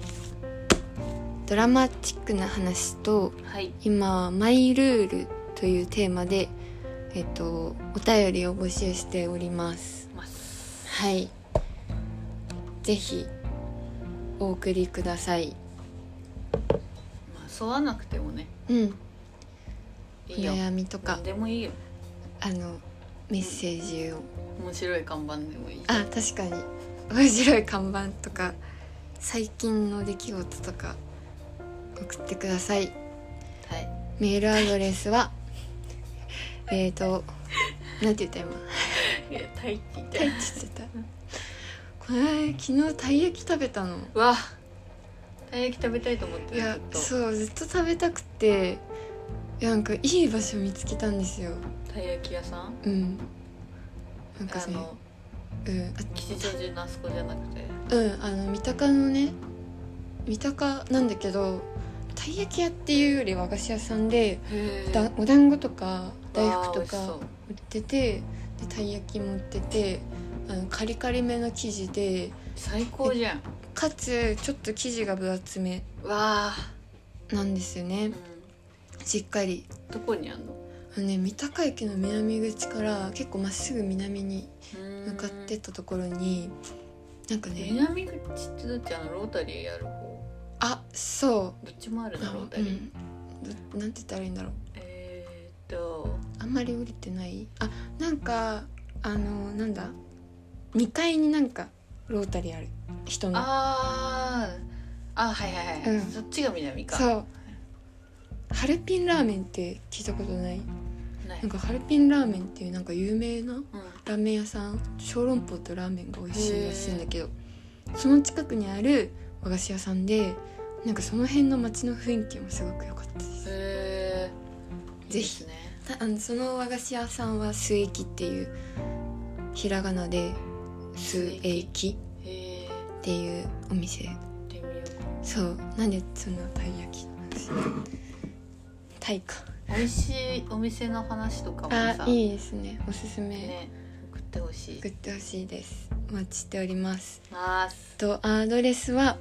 Speaker 1: ドラマチックな話と
Speaker 2: はい
Speaker 1: 今はマイルールというテーマでえっとお便りを募集しております。
Speaker 2: ます
Speaker 1: はい。ぜひお送りください。
Speaker 2: まあ沿わなくてもね
Speaker 1: うん。お
Speaker 2: いいよ
Speaker 1: 悩みとか
Speaker 2: 何でもいいよ
Speaker 1: あのメッセージを
Speaker 2: 面白い看板でもいいし
Speaker 1: あ確かに面白い看板とか最近の出来事とか送ってください。
Speaker 2: はい
Speaker 1: メールアドレスは えーとなんて言った今
Speaker 2: いやタイって言っ
Speaker 1: タイ
Speaker 2: て
Speaker 1: って言っちゃったこの間昨日たい焼き食べたの
Speaker 2: うわたい焼き食べたいと思って
Speaker 1: い
Speaker 2: た
Speaker 1: や
Speaker 2: ずっと
Speaker 1: そうずっと食べたくていやなんかいい場所見つけたんですよ
Speaker 2: たい焼き屋さん
Speaker 1: うんなんか
Speaker 2: あ
Speaker 1: ね
Speaker 2: の
Speaker 1: うん
Speaker 2: 吉祥寺のあそこじゃなくて
Speaker 1: あうんあの三鷹のね三鷹なんだけどたい焼き屋っていうより和菓子屋さんで
Speaker 2: へえ
Speaker 1: だお団子とか大福
Speaker 2: わあ美
Speaker 1: と
Speaker 2: 味しそ
Speaker 1: か
Speaker 2: う
Speaker 1: 売っててでたい焼きも売っててあのカリカリめの生地で
Speaker 2: 最高じゃん
Speaker 1: かつちょっと生地が分厚め
Speaker 2: わあ、
Speaker 1: なんですよ
Speaker 2: う
Speaker 1: ね
Speaker 2: ん、
Speaker 1: しっかり
Speaker 2: どこにあんの
Speaker 1: あのね三鷹駅の南口から結構まっすぐ南に向
Speaker 2: 向
Speaker 1: かってったところになんかね
Speaker 2: 南口ってどっちあのロータリーやる方
Speaker 1: あそ
Speaker 2: どっちもある
Speaker 1: う
Speaker 2: な
Speaker 1: あ
Speaker 2: ロ
Speaker 1: う
Speaker 2: ー
Speaker 1: ん
Speaker 2: タリー、
Speaker 1: どなんて言ったらいいんだろう
Speaker 2: えー、っと
Speaker 1: あんまり降りてないあなんかあのなんだ2階になんかロータリーある人の
Speaker 2: あーあはいはいは
Speaker 1: う
Speaker 2: い、
Speaker 1: ん
Speaker 2: そっちが南か
Speaker 1: そうハルピンラーメンって聞いたことない
Speaker 2: ない
Speaker 1: なんかハルピンラーメンっていうなんか有名な
Speaker 2: うん、
Speaker 1: ラーメン屋さん小籠包とラーメンが美味しいらしいんだけどその近くにある和菓子屋さんでなんかその辺の街の雰囲気もすごく良かったです
Speaker 2: へえ
Speaker 1: ぜひ
Speaker 2: ね
Speaker 1: たあのその和菓子屋さんは「すえき」っていうひらがなで「すえき」
Speaker 2: へえ
Speaker 1: っていうお店
Speaker 2: 行ってみよ
Speaker 1: そうなんでそんなたい焼きタイか
Speaker 2: う美味しいお店の話とかも
Speaker 1: あ
Speaker 2: さ
Speaker 1: いいですねおすすめ、
Speaker 2: ね送ってほしい
Speaker 1: 送ってほしいですお待ちしております
Speaker 2: ます
Speaker 1: とアドレスは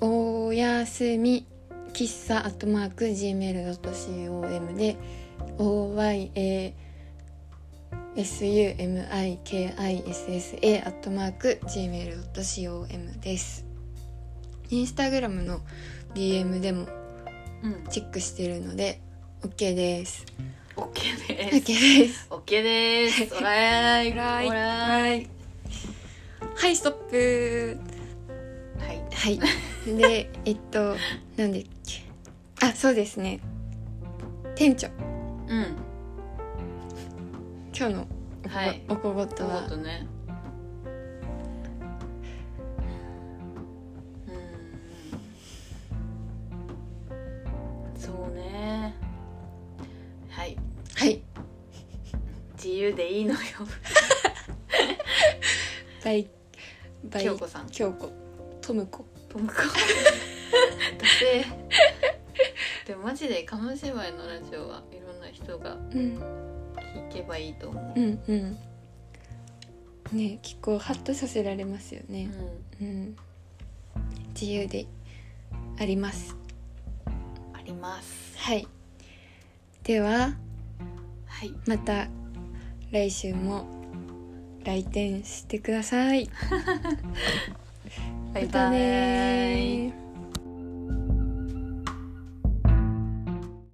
Speaker 1: おやすみ喫茶アットマーク gmail.com で oyasumikissa アットマーク gmail.com ですインスタグラムの DM でも
Speaker 2: うん
Speaker 1: チェックしてるので OK です
Speaker 2: オッケーです
Speaker 1: OK です
Speaker 2: オッケーですおらーい
Speaker 1: おらーい
Speaker 2: おらーい
Speaker 1: はいストップ
Speaker 2: はい
Speaker 1: はい。で、えっと、なんだっけ。あ、そうですね。店長、
Speaker 2: うん
Speaker 1: 今日のおこご,、
Speaker 2: はい
Speaker 1: おこごと
Speaker 2: そう
Speaker 1: は
Speaker 2: と、ねうんそうねはい
Speaker 1: はい。
Speaker 2: 自由でいいのよ
Speaker 1: バイ、バイ、
Speaker 2: 京子さん
Speaker 1: 京子、トムコ。
Speaker 2: トムコだってでもマジで鴨芝居のラジオはいろんな人が
Speaker 1: うん、
Speaker 2: 聞けばいいと思う、
Speaker 1: うん、うん。ね、結構ハッとさせられますよ
Speaker 2: う
Speaker 1: ね。
Speaker 2: ん
Speaker 1: うん。自由であります。
Speaker 2: あります
Speaker 1: はい。では
Speaker 2: はい
Speaker 1: また来週も来店してください。
Speaker 2: バイ
Speaker 1: また
Speaker 2: バ
Speaker 1: ね
Speaker 2: イ
Speaker 1: ー